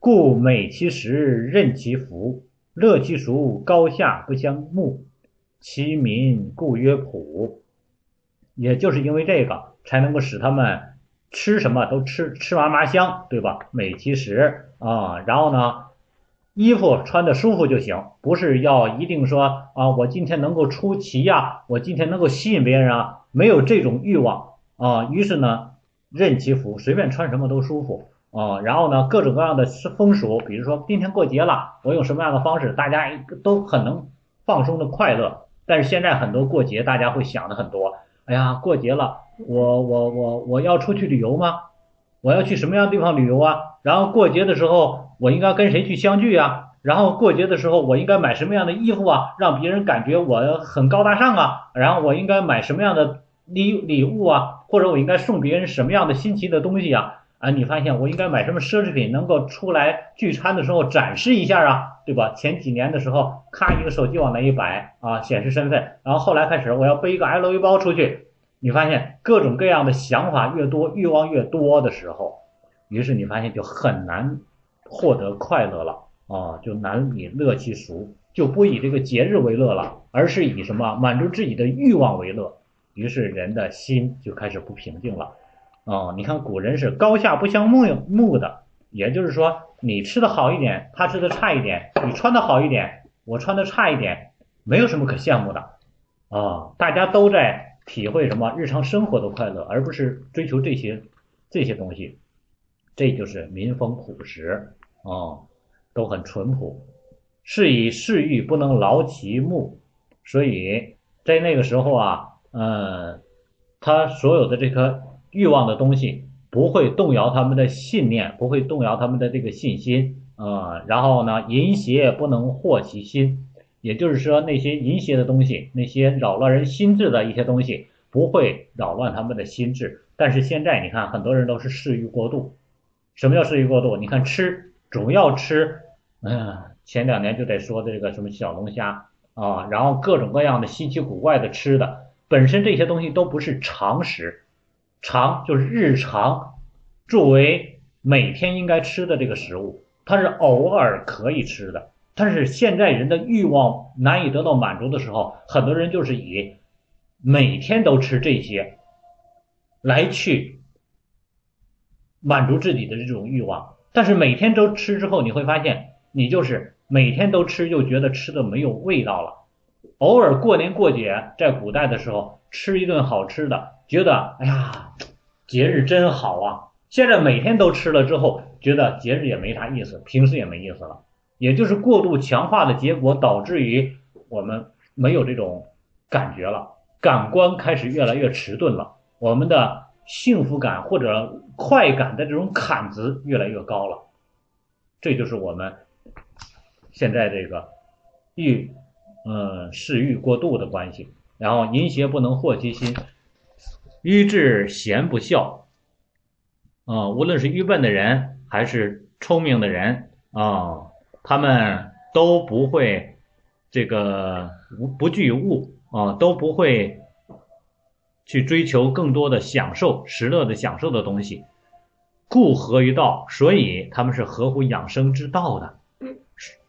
Speaker 1: 故美其食，任其服，乐其俗，高下不相慕。其民故曰朴。也就是因为这个，才能够使他们吃什么都吃吃嘛嘛香，对吧？美其食啊、然后呢，衣服穿的舒服就行，不是要一定说啊，我今天能够出奇呀、我今天能够吸引别人啊，没有这种欲望啊。于是呢，任其服，随便穿什么都舒服啊。然后呢，各种各样的风俗，比如说今天过节了，我用什么样的方式，大家都很能放松的快乐。但是现在很多过节，大家会想的很多，哎呀，过节了，我我我我要出去旅游吗？我要去什么样的地方旅游啊？然后过节的时候，我应该跟谁去相聚啊？然后过节的时候，我应该买什么样的衣服啊，让别人感觉我很高大上啊？然后我应该买什么样的礼礼物啊？或者我应该送别人什么样的新奇的东西啊？啊，你发现我应该买什么奢侈品，能够出来聚餐的时候展示一下啊，对吧？前几年的时候，咔一个手机往那一摆啊，显示身份，然后后来开始我要背一个 LV 包出去，你发现各种各样的想法越多，欲望越多的时候，于是你发现就很难获得快乐了啊，就难以乐其俗，就不以这个节日为乐了，而是以什么满足自己的欲望为乐，于是人的心就开始不平静了。哦，你看古人是高下不相慕慕的，也就是说，你吃的好一点，他吃的差一点；你穿的好一点，我穿的差一点，没有什么可羡慕的啊、大家都在体会什么日常生活的快乐，而不是追求这些这些东西。这就是民风朴实啊、哦都很淳朴。是以世欲不能劳其目，所以在那个时候啊，嗯，他所有的这颗欲望的东西不会动摇他们的信念，不会动摇他们的这个信心啊、然后呢，淫邪不能惑其心，也就是说，那些淫邪的东西，那些扰乱人心智的一些东西，不会扰乱他们的心智。但是现在你看，很多人都是嗜欲过度。什么叫嗜欲过度？你看吃，总要吃，嗯，前两年就在说的这个什么小龙虾啊，然后各种各样的稀奇古怪的吃的，本身这些东西都不是常识，常就是日常，作为每天应该吃的这个食物，它是偶尔可以吃的。但是现在人的欲望难以得到满足的时候，很多人就是以每天都吃这些来去满足自己的这种欲望。但是每天都吃之后，你会发现，你就是每天都吃，又觉得吃的没有味道了。偶尔过年过节，在古代的时候吃一顿好吃的，觉得哎呀，节日真好啊。现在每天都吃了之后，觉得节日也没啥意思，平时也没意思了。也就是过度强化的结果，导致于我们没有这种感觉了，感官开始越来越迟钝了，我们的幸福感或者快感的这种坎值越来越高了。这就是我们现在这个欲嗯，嗜欲过度的关系，然后淫邪不能惑其心，愚智贤不肖。啊、无论是愚笨的人还是聪明的人啊、他们都不会这个无不惧物啊、都不会去追求更多的享受、食乐的享受的东西，故合于道，所以他们是合乎养生之道的。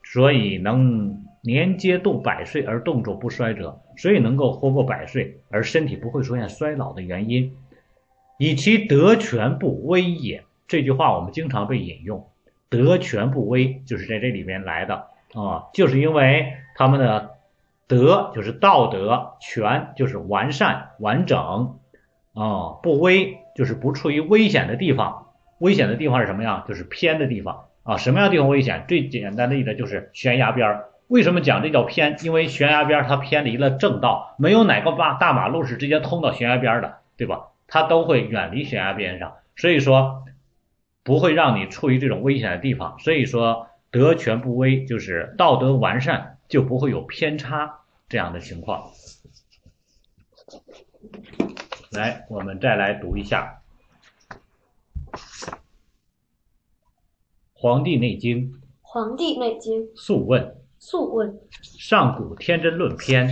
Speaker 1: 所以能年皆度百岁而动作不衰者，所以能够活过百岁而身体不会出现衰老的原因，以其德全不危也。这句话我们经常被引用，“德全不危”就是在这里面来的啊，就是因为他们的德就是道德，全就是完善、完整，啊，不危就是不处于危险的地方。危险的地方是什么呀？就是偏的地方啊。什么样的地方危险？最简单的例子就是悬崖边儿。为什么讲这叫偏？因为悬崖边儿它偏离了正道，没有哪个大大马路是直接通到悬崖边儿的，对吧？它都会远离悬崖边上，所以说不会让你处于这种危险的地方。所以说德全不危，就是道德完善，就不会有偏差这样的情况。来，我们再来读一下《黄帝内经·
Speaker 3: 黄帝内经》
Speaker 1: 素问·
Speaker 3: 素问
Speaker 1: 上古天真论篇》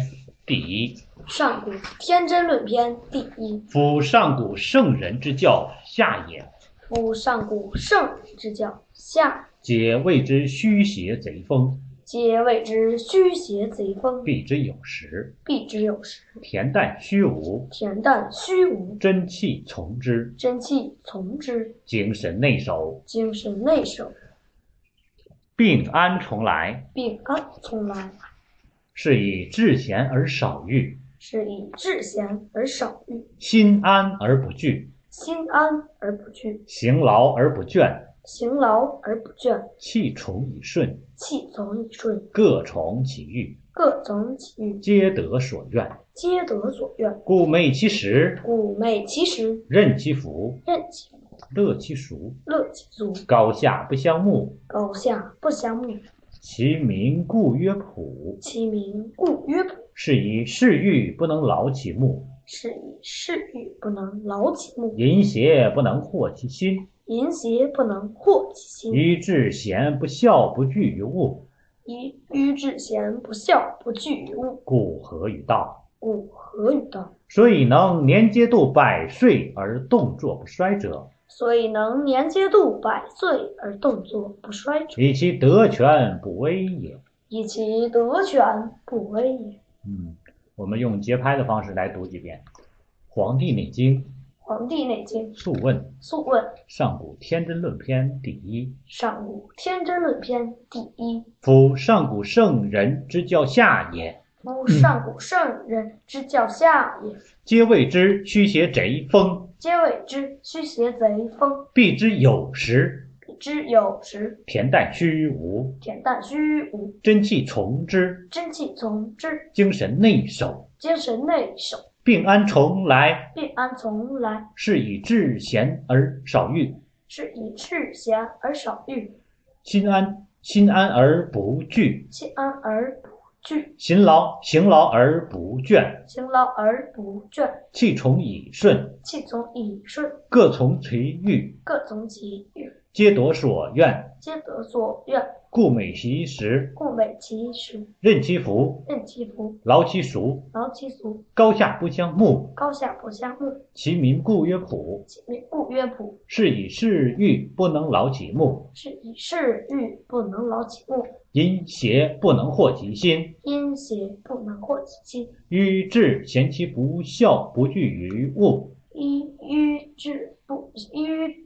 Speaker 1: 第一。
Speaker 3: 《上古天真论篇》第一，
Speaker 1: 夫上古圣人之教下也，
Speaker 3: 夫上古圣人之教下，
Speaker 1: 皆谓之虚邪贼风，
Speaker 3: 皆谓之虚邪贼风，
Speaker 1: 避之有时。
Speaker 3: 必之有时。
Speaker 1: 恬淡虚无，
Speaker 3: 恬淡虚无，
Speaker 1: 真气从之，
Speaker 3: 真气从之，
Speaker 1: 精神内守，
Speaker 3: 精神内守，
Speaker 1: 病安从来。
Speaker 3: 病安从来。
Speaker 1: 是以至贤而少欲，
Speaker 3: 是以至贤而少欲，
Speaker 1: 心安而不惧，
Speaker 3: 心安而不惧，
Speaker 1: 行劳而不倦，
Speaker 3: 行劳而不倦，
Speaker 1: 气从以顺，
Speaker 3: 气从一顺，
Speaker 1: 各从其欲，
Speaker 3: 各从其欲，
Speaker 1: 皆得所愿。
Speaker 3: 皆得所愿。
Speaker 1: 故昧其实，
Speaker 3: 故美其实，
Speaker 1: 任其服，
Speaker 3: 任其
Speaker 1: 乐其俗，
Speaker 3: 乐其足，
Speaker 1: 高下不相慕，
Speaker 3: 高下不相慕。
Speaker 1: 其民故曰朴。
Speaker 3: 其民故曰朴，
Speaker 1: 是以嗜欲不能劳其目，
Speaker 3: 是以嗜欲不能劳其目，
Speaker 1: 淫邪不能惑其心。
Speaker 3: 淫邪不能惑其心。
Speaker 1: 于至贤不孝不惧于物，
Speaker 3: 一愚至贤，不孝不惧于物，
Speaker 1: 故合于道。
Speaker 3: 故何与道？
Speaker 1: 所以能年皆度百岁而动作不衰者，
Speaker 3: 所以能年皆度百岁而动作不衰者，
Speaker 1: 以其德全不危也。
Speaker 3: 以其德全不危也。《
Speaker 1: 嗯，我们用节拍的方式来读几遍：《黄帝内经》
Speaker 3: 黄帝内经
Speaker 1: 《
Speaker 3: ·
Speaker 1: 素问》《
Speaker 3: 素问·
Speaker 1: 上古天真论篇》第一。
Speaker 3: 上古天真论篇》第一：
Speaker 1: 夫上古圣人之教下也，
Speaker 3: 夫上古圣人之教下也，
Speaker 1: 皆谓之虚邪贼风，
Speaker 3: 皆谓之虚邪贼风，
Speaker 1: 避之有时。
Speaker 3: 避之有时。
Speaker 1: 恬淡虚无，
Speaker 3: 恬淡虚无，
Speaker 1: 真气从之，
Speaker 3: 真气从之，
Speaker 1: 精神内守，
Speaker 3: 精神内守，
Speaker 1: 病安从来。
Speaker 3: 病安从来。
Speaker 1: 是以至贤而少欲，
Speaker 3: 是以至贤而少欲，
Speaker 1: 心安心安而不惧，
Speaker 3: 心安而不惧，
Speaker 1: 行劳行劳而不倦，
Speaker 3: 行劳而不倦，
Speaker 1: 气从以顺，
Speaker 3: 气从以顺，
Speaker 1: 各从其欲，
Speaker 3: 各从其欲，
Speaker 1: 皆得所愿。
Speaker 3: 皆得所愿。
Speaker 1: 故美其时，
Speaker 3: 故美其时，
Speaker 1: 任其服，
Speaker 3: 任其服，
Speaker 1: 劳其俗，
Speaker 3: 劳其俗，
Speaker 1: 高下不相慕。
Speaker 3: 高下不相慕。
Speaker 1: 其民故曰朴。
Speaker 3: 其民故曰朴，
Speaker 1: 是以嗜欲不能劳其目，
Speaker 3: 是以嗜欲不能劳其目，
Speaker 1: 淫邪不能惑其心。
Speaker 3: 阴邪不能惑其心。
Speaker 1: 欲至贤其不孝，不惧于物。
Speaker 3: 一愚至不愚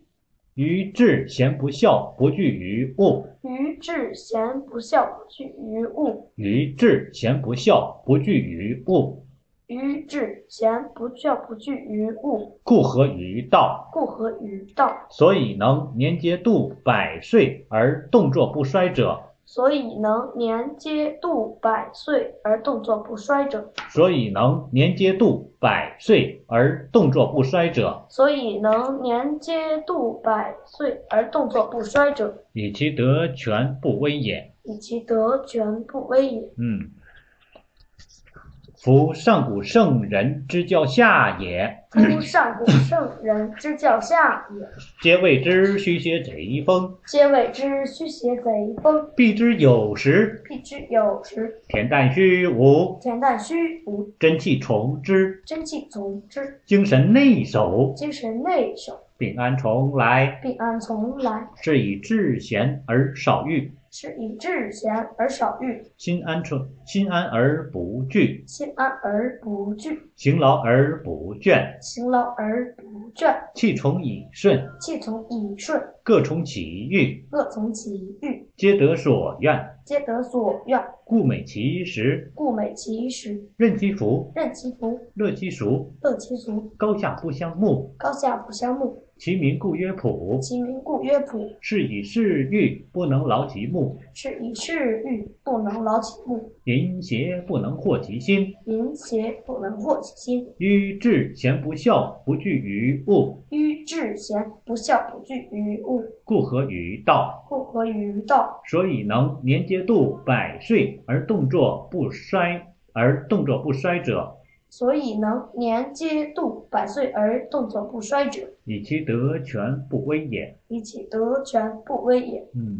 Speaker 1: 于至贤不孝，不惧于物。
Speaker 3: 于至贤不孝，不惧于物；
Speaker 1: 于至贤不孝，不惧于物，
Speaker 3: 于至贤不孝，不惧于物，
Speaker 1: 故合于道。
Speaker 3: 故合于道。
Speaker 1: 所以能年皆度百岁而动作不衰者，
Speaker 3: 所以能年皆度百岁而动作不衰者，
Speaker 1: 所以能年皆度百岁而动作不衰者，
Speaker 3: 所以能年皆度百岁而动作不衰者，
Speaker 1: 以其德全不危也。
Speaker 3: 以其德全不危也。
Speaker 1: 嗯，夫上古圣人之教下也，
Speaker 3: 夫上古圣人之教下也，
Speaker 1: 皆谓之虚邪贼风，
Speaker 3: 皆谓之虚邪贼风，
Speaker 1: 避之有时，
Speaker 3: 避之有时。
Speaker 1: 恬淡虚无，
Speaker 3: 恬淡虚无，
Speaker 1: 真气从之，
Speaker 3: 真气从之，
Speaker 1: 精神内守。
Speaker 3: 精神内守，
Speaker 1: 病安从来，
Speaker 3: 病安从来，
Speaker 1: 是以至贤而少欲，
Speaker 3: 是以至贤而少欲，
Speaker 1: 心安从心安而不惧，
Speaker 3: 心安而不惧，
Speaker 1: 行劳而不倦，
Speaker 3: 行劳而不倦，
Speaker 1: 气从以顺，
Speaker 3: 气从以顺，
Speaker 1: 各从其欲，
Speaker 3: 恶从其欲，
Speaker 1: 皆得所愿，
Speaker 3: 皆得所愿，
Speaker 1: 故美其实，
Speaker 3: 故美其实，
Speaker 1: 任其福，
Speaker 3: 任其福，
Speaker 1: 乐其俗，
Speaker 3: 乐其俗，
Speaker 1: 高下不相慕，
Speaker 3: 高下不相慕，
Speaker 1: 其民故曰朴。
Speaker 3: 其民故曰朴。
Speaker 1: 是以是欲不能劳其目，
Speaker 3: 是以是欲不能劳其目，
Speaker 1: 淫邪不能惑其心。
Speaker 3: 淫邪不能惑其心。
Speaker 1: 愚智贤不孝，不惧于物，
Speaker 3: 愚智贤不孝，不惧于物，
Speaker 1: 故合于道。
Speaker 3: 不合于道，
Speaker 1: 所以能年节度百岁而动作不衰，而动作不衰者，
Speaker 3: 所以能年皆度百岁而动作不衰者，
Speaker 1: 以其德全不危也。
Speaker 3: 以其德全不危也。
Speaker 1: 嗯，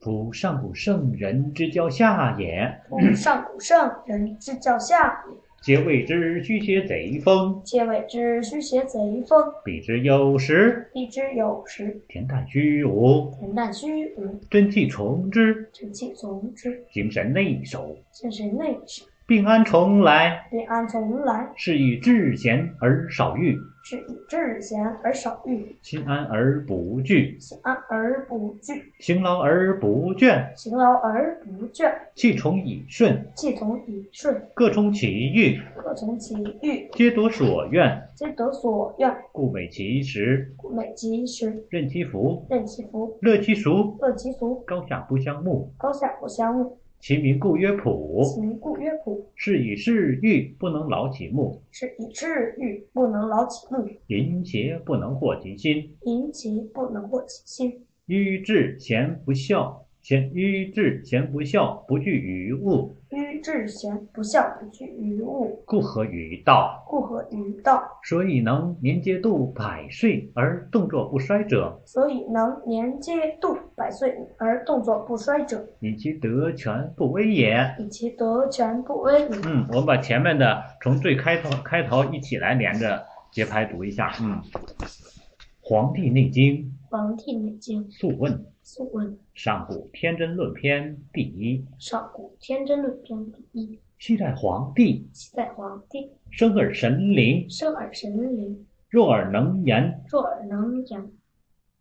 Speaker 1: 夫上古圣人之教下也，
Speaker 3: 夫上古圣人之教下也，
Speaker 1: 皆谓之虚邪贼风，
Speaker 3: 皆谓之虚邪贼风。
Speaker 1: 彼之有时，
Speaker 3: 必之有时，
Speaker 1: 恬淡虚无，
Speaker 3: 恬淡虚无，
Speaker 1: 真气从之，
Speaker 3: 正气从之，
Speaker 1: 精神内守，
Speaker 3: 精神内省，
Speaker 1: 病安从来。
Speaker 3: 临安从来。
Speaker 1: 是以至贤而少欲，
Speaker 3: 是以至贤而少欲，
Speaker 1: 心安而不惧，
Speaker 3: 心安而不惧。
Speaker 1: 行劳而不倦，
Speaker 3: 勤劳而不倦，
Speaker 1: 气从以顺，
Speaker 3: 气从以顺，
Speaker 1: 各充其欲，
Speaker 3: 各从其欲，
Speaker 1: 皆得所愿，
Speaker 3: 皆得所愿。
Speaker 1: 故美其实，
Speaker 3: 故美其实，
Speaker 1: 任其福，
Speaker 3: 任其福，
Speaker 1: 乐其俗，
Speaker 3: 乐其俗，
Speaker 1: 高下不相慕，
Speaker 3: 高下不相慕。
Speaker 1: 其民故曰朴。
Speaker 3: 其民故曰朴，
Speaker 1: 是以是欲不能劳其目，
Speaker 3: 是以至欲不能劳其目，
Speaker 1: 淫邪不能惑其心，
Speaker 3: 淫其不能惑其心。
Speaker 1: 愚智贤不孝，贤愚智贤不孝，不惧于物，
Speaker 3: 愚智贤不孝，不惧于物，
Speaker 1: 故合于道。
Speaker 3: 故合于道。
Speaker 1: 所以能年节度百岁而动作不衰者，
Speaker 3: 所以能年皆度百岁而动作不衰者，
Speaker 1: 以其德全不危也。
Speaker 3: 以其德全不危矣。
Speaker 1: 嗯，我们把前面的从最开头开头一起来连着节拍读一下。嗯，《黄帝内经
Speaker 3: 黄帝内经
Speaker 1: ·素问·
Speaker 3: 素问
Speaker 1: 上古天真论篇第一》：
Speaker 3: 上古天真论篇第一。
Speaker 1: 昔代皇帝，
Speaker 3: 昔代皇帝，
Speaker 1: 生而神灵，
Speaker 3: 生而神灵，
Speaker 1: 弱而能言，
Speaker 3: 弱而能言，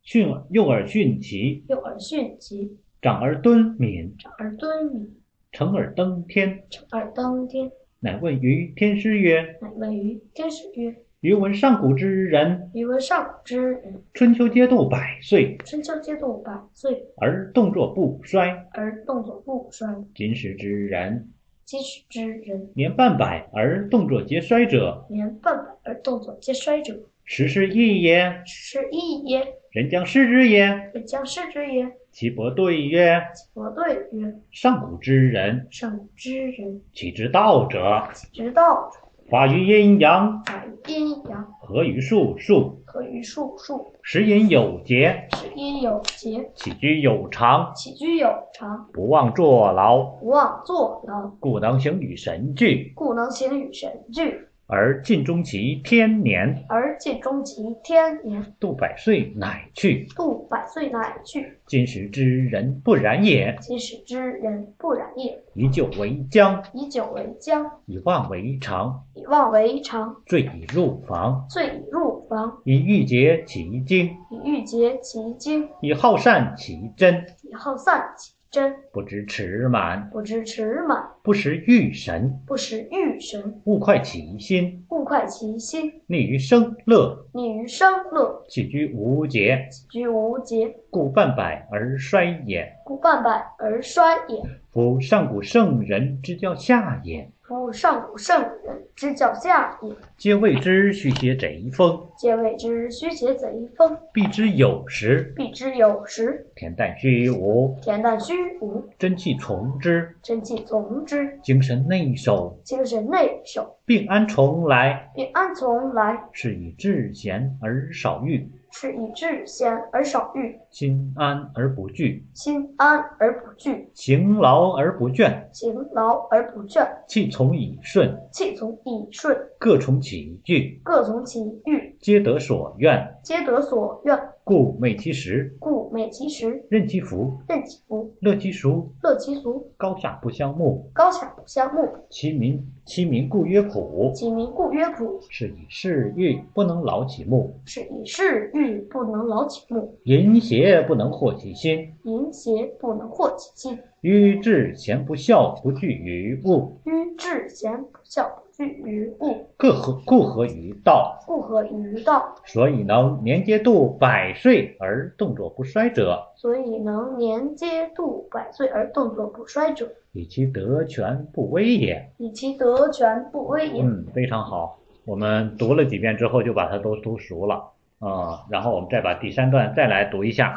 Speaker 1: 训幼而训其，
Speaker 3: 幼而训其，
Speaker 1: 长而敦敏，
Speaker 3: 长而敦敏，
Speaker 1: 成而登天。
Speaker 3: 成而当天。
Speaker 1: 乃问于天师曰：
Speaker 3: 乃问于天师曰
Speaker 1: 余闻上古之人，：“
Speaker 3: 余闻上古之人，
Speaker 1: 春秋皆度百岁，
Speaker 3: 春秋皆度百岁
Speaker 1: 而动作不衰；
Speaker 3: 而动作不衰；
Speaker 1: 今时之人，
Speaker 3: 今时之人，
Speaker 1: 年半百而动作皆衰者，
Speaker 3: 年半百而动作皆衰者，
Speaker 1: 时是异也。
Speaker 3: 是义也。
Speaker 1: 人将视之也。
Speaker 3: 人将视之也。
Speaker 1: 其伯对曰：
Speaker 3: 伯对曰：
Speaker 1: 上古之人，
Speaker 3: 上古之人，
Speaker 1: 其之道者，
Speaker 3: 之道者，
Speaker 1: 法于阴阳，
Speaker 3: 法于阴阳，
Speaker 1: 合于术数，
Speaker 3: 合于术数，
Speaker 1: 时隐有节，
Speaker 3: 是因有节，
Speaker 1: 起居有常，
Speaker 3: 起居有常，
Speaker 1: 不忘坐牢，
Speaker 3: 不忘坐牢。”
Speaker 1: 故能行与神俱，
Speaker 3: 故能行与神俱，
Speaker 1: 而尽终其天年，
Speaker 3: 而尽终其天年，
Speaker 1: 度百岁乃去。
Speaker 3: 度百岁乃去。
Speaker 1: 今时之人不然也，
Speaker 3: 今时之人不染也，
Speaker 1: 以久为僵，
Speaker 3: 以久为僵，
Speaker 1: 以忘为常，
Speaker 3: 以忘为常，
Speaker 1: 醉以入房，
Speaker 3: 醉以入房，
Speaker 1: 以欲竭其精，
Speaker 3: 以欲竭其精，
Speaker 1: 以好善其真。
Speaker 3: 以好散其真。
Speaker 1: 不知持满，
Speaker 3: 不知持满，
Speaker 1: 不识欲神，
Speaker 3: 不识欲神，
Speaker 1: 勿快其心，
Speaker 3: 勿快其心，
Speaker 1: 溺于生乐，
Speaker 3: 溺于生乐，
Speaker 1: 起居无节，
Speaker 3: 起居无节，
Speaker 1: 故半百而衰也。
Speaker 3: 故半百而衰也。
Speaker 1: 夫上古圣人之教下也，
Speaker 3: 夫上古圣人之教下也，
Speaker 1: 皆谓之虚邪贼风，
Speaker 3: 皆谓之虚邪贼风，
Speaker 1: 必之有时，
Speaker 3: 必之有时。
Speaker 1: 恬淡虚无，
Speaker 3: 恬淡虚无，
Speaker 1: 真气从之，
Speaker 3: 真气从之，
Speaker 1: 精神内守。
Speaker 3: 精神内守，
Speaker 1: 病安从来，
Speaker 3: 便安从来。
Speaker 1: 是以至贤而少欲，
Speaker 3: 是以至贤而少欲，
Speaker 1: 心安而不惧，
Speaker 3: 心安而不惧，
Speaker 1: 行劳而不倦，
Speaker 3: 行劳而不倦，
Speaker 1: 气从以顺，
Speaker 3: 气从以顺，
Speaker 1: 各从其欲，
Speaker 3: 各从其欲，
Speaker 1: 皆得所愿，
Speaker 3: 皆得所愿，
Speaker 1: 故美其实，
Speaker 3: 故美其实，
Speaker 1: 任其福，
Speaker 3: 任其福，
Speaker 1: 乐其俗，
Speaker 3: 乐其俗，
Speaker 1: 高下不相慕。
Speaker 3: 高下不相慕。
Speaker 1: 其民其民故曰朴，
Speaker 3: 其民故曰朴，
Speaker 1: 是以是欲不能劳其目，
Speaker 3: 是以是欲不能劳其目，
Speaker 1: 淫邪不能惑其心。
Speaker 3: 淫邪不能惑其心。
Speaker 1: 愚智贤不孝，不惧于物，
Speaker 3: 愚智贤不孝，不惧于物，
Speaker 1: 各合故合于道。
Speaker 3: 故合于道。
Speaker 1: 所以能年皆度百岁而动作不衰者，
Speaker 3: 所以能年皆度百岁而动作不衰者，
Speaker 1: 以其德全不危也。
Speaker 3: 以其德全不危也。
Speaker 1: 嗯，非常好。我们读了几遍之后，就把它都读熟了啊、然后我们再把第三段再来读一下。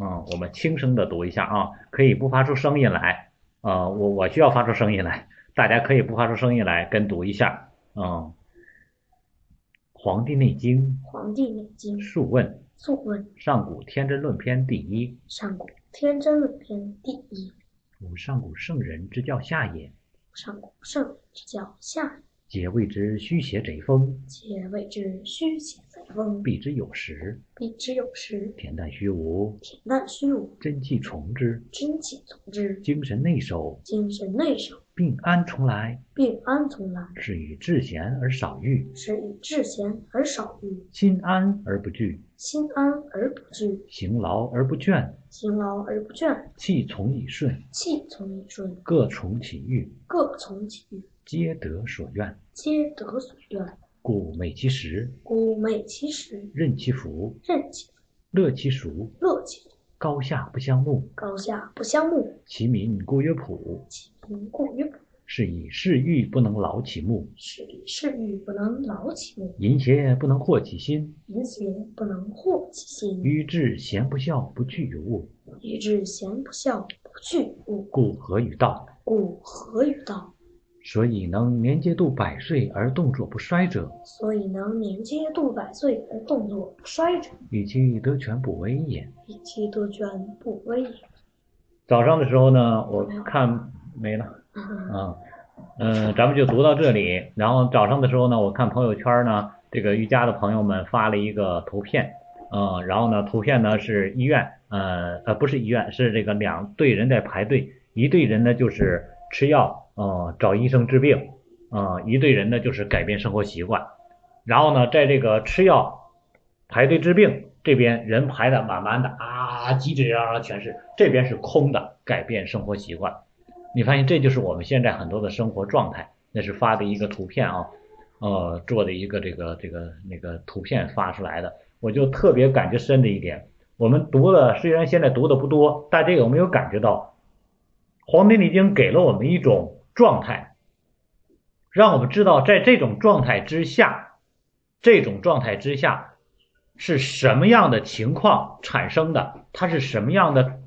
Speaker 1: 嗯，我们轻声的读一下啊，可以不发出声音来。啊、我我需要发出声音来，大家可以不发出声音来跟读一下。嗯，《黄帝内经》
Speaker 3: 黄帝内经》
Speaker 1: 述问
Speaker 3: 素问
Speaker 1: 上古天真论篇第一，
Speaker 3: 上古天真论篇第一，
Speaker 1: 吾上古圣人之教下也，
Speaker 3: 上古圣人之教下
Speaker 1: 皆谓之虚邪贼风，
Speaker 3: 皆谓之虚邪贼风，
Speaker 1: 避之有时，
Speaker 3: 必之有时，
Speaker 1: 恬淡虚无，
Speaker 3: 恬淡虚无，
Speaker 1: 真气从之，
Speaker 3: 真气从之，
Speaker 1: 精神内守，
Speaker 3: 精神内守，
Speaker 1: 病安从来。
Speaker 3: 病安从来。
Speaker 1: 是以至贤而少欲，
Speaker 3: 是以至贤而少欲，
Speaker 1: 心安而不惧，
Speaker 3: 心安而不惧，
Speaker 1: 行劳而不倦，
Speaker 3: 勤劳而不倦，
Speaker 1: 气从以顺，
Speaker 3: 气从一顺，
Speaker 1: 各从其欲，
Speaker 3: 各从其欲，
Speaker 1: 皆得所愿。
Speaker 3: 皆得所愿。
Speaker 1: 故美其实，
Speaker 3: 故美其实，
Speaker 1: 任其福，
Speaker 3: 任其福
Speaker 1: 乐其俗，
Speaker 3: 乐其福
Speaker 1: 高下不相慕。
Speaker 3: 高下不相慕，
Speaker 1: 其民故曰朴，
Speaker 3: 其民故于朴。
Speaker 1: 是以是欲不能劳其目，
Speaker 3: 是以是欲不能劳其目，
Speaker 1: 淫邪不能惑其心。
Speaker 3: 淫邪不能惑其心。
Speaker 1: 愚智贤不孝，不惧于物，
Speaker 3: 以致贤不孝，不惧物，
Speaker 1: 故合于道。
Speaker 3: 故合于道。
Speaker 1: 所以能年皆度百岁而动作不衰者，
Speaker 3: 所以能年皆度百岁而动作不衰者，
Speaker 1: 以其德全不危也。
Speaker 3: 以其德捐不危也。
Speaker 1: 早上的时候呢，我看没了
Speaker 3: 嗯
Speaker 1: 啊，嗯，咱们就读到这里。然后早上的时候呢，我看朋友圈呢，这个瑜伽的朋友们发了一个图片，嗯，然后呢，图片呢是医院，呃呃，不是医院，是这个两队人在排队，一队人呢就是吃药，呃，找医生治病，呃，一队人呢就是改变生活习惯。然后呢，在这个吃药排队治病这边人排的满满的啊，挤挤啊，全是；这边是空的，改变生活习惯。你发现这就是我们现在很多的生活状态。那是发的一个图片啊，呃，做的一个这个这个那个图片发出来的，我就特别感觉深的一点。我们读了，虽然现在读的不多，大家有没有感觉到，《黄帝内经》给了我们一种状态，让我们知道在这种状态之下，这种状态之下是什么样的情况产生的，它是什么样的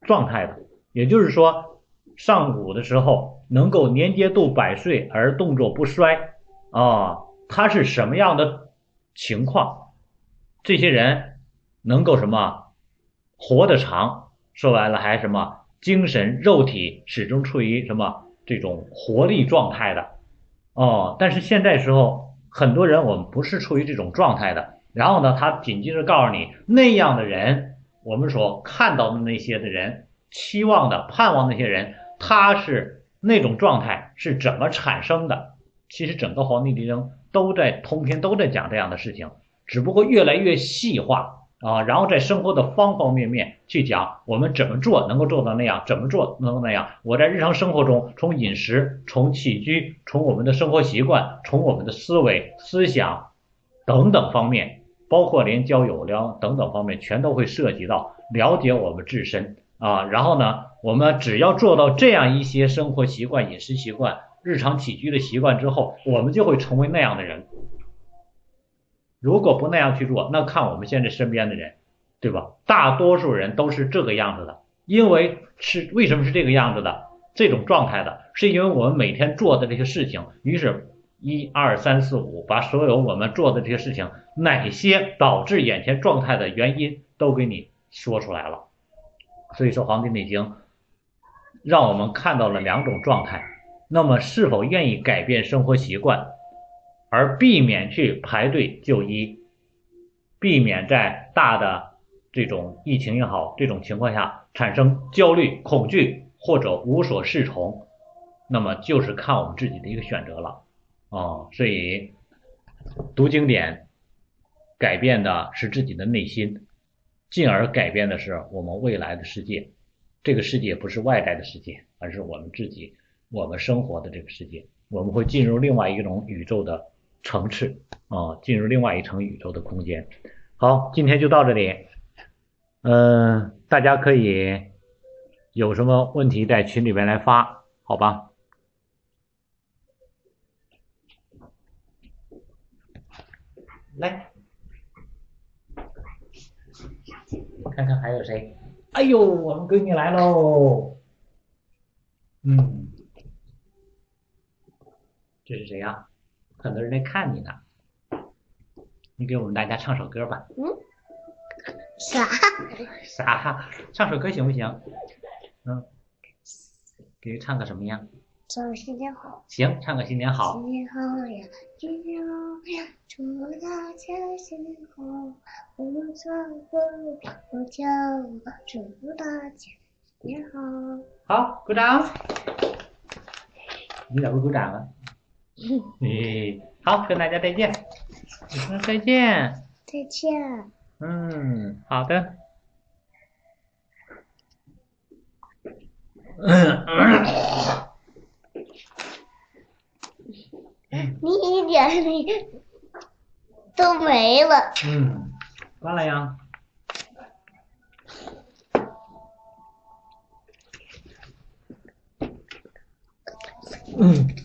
Speaker 1: 状态的。也就是说，上古的时候能够年节度百岁而动作不衰啊，它是什么样的情况？这些人能够什么活得长？说白了还什么精神肉体始终处于什么这种活力状态的哦，但是现在时候，很多人我们不是处于这种状态的。然后呢，他紧接着告诉你，那样的人，我们所看到的那些的人，期望的、盼望那些人，他是那种状态是怎么产生的？其实整个《黄帝内经》都在通篇都在讲这样的事情，只不过越来越细化啊，然后在生活的方方面面去讲我们怎么做能够做到那样，怎么做能够那样。我在日常生活中，从饮食、从起居、从我们的生活习惯、从我们的思维、思想等等方面，包括连交友聊等等方面，全都会涉及到了解我们自身啊。然后呢，我们只要做到这样一些生活习惯、饮食习惯、日常起居的习惯之后，我们就会成为那样的人。如果不那样去做，那看我们现在身边的人，对吧？大多数人都是这个样子的，因为是为什么是这个样子的，这种状态的，是因为我们每天做的这些事情，于是，一二三四五，把所有我们做的这些事情，哪些导致眼前状态的原因都给你说出来了。所以说，《黄帝内经》让我们看到了两种状态。那么，是否愿意改变生活习惯，而避免去排队就医，避免在大的这种疫情也好，这种情况下产生焦虑、恐惧或者无所适从，那么就是看我们自己的一个选择了。哦，所以读经典改变的是自己的内心，进而改变的是我们未来的世界。这个世界不是外在的世界，而是我们自己我们生活的这个世界。我们会进入另外一种宇宙的层次啊、进入另外一层宇宙的空间。好，今天就到这里。嗯、大家可以有什么问题在群里边来发，好吧？
Speaker 4: 来，看看还有谁？
Speaker 1: 哎呦，我们闺女来喽！
Speaker 4: 嗯，
Speaker 1: 这是谁呀、很多人在看你呢。你给我们大家唱首歌吧。
Speaker 3: 啥？
Speaker 1: 啥？唱首歌行不行？嗯，给唱个什么呀？
Speaker 3: 总是的好，
Speaker 1: 行，唱个新年好。
Speaker 3: 今天好呀，今天好呀，祝大家幸福，我做歌，我跳舞，祝大家新年好。
Speaker 1: 好，鼓掌。你咋不鼓掌啊？你好，跟大家再见。嗯，再见。
Speaker 3: 再见。
Speaker 1: 嗯，好的。 嗯
Speaker 3: 你一点力都没了，
Speaker 1: 嗯，关了呀。
Speaker 4: 嗯，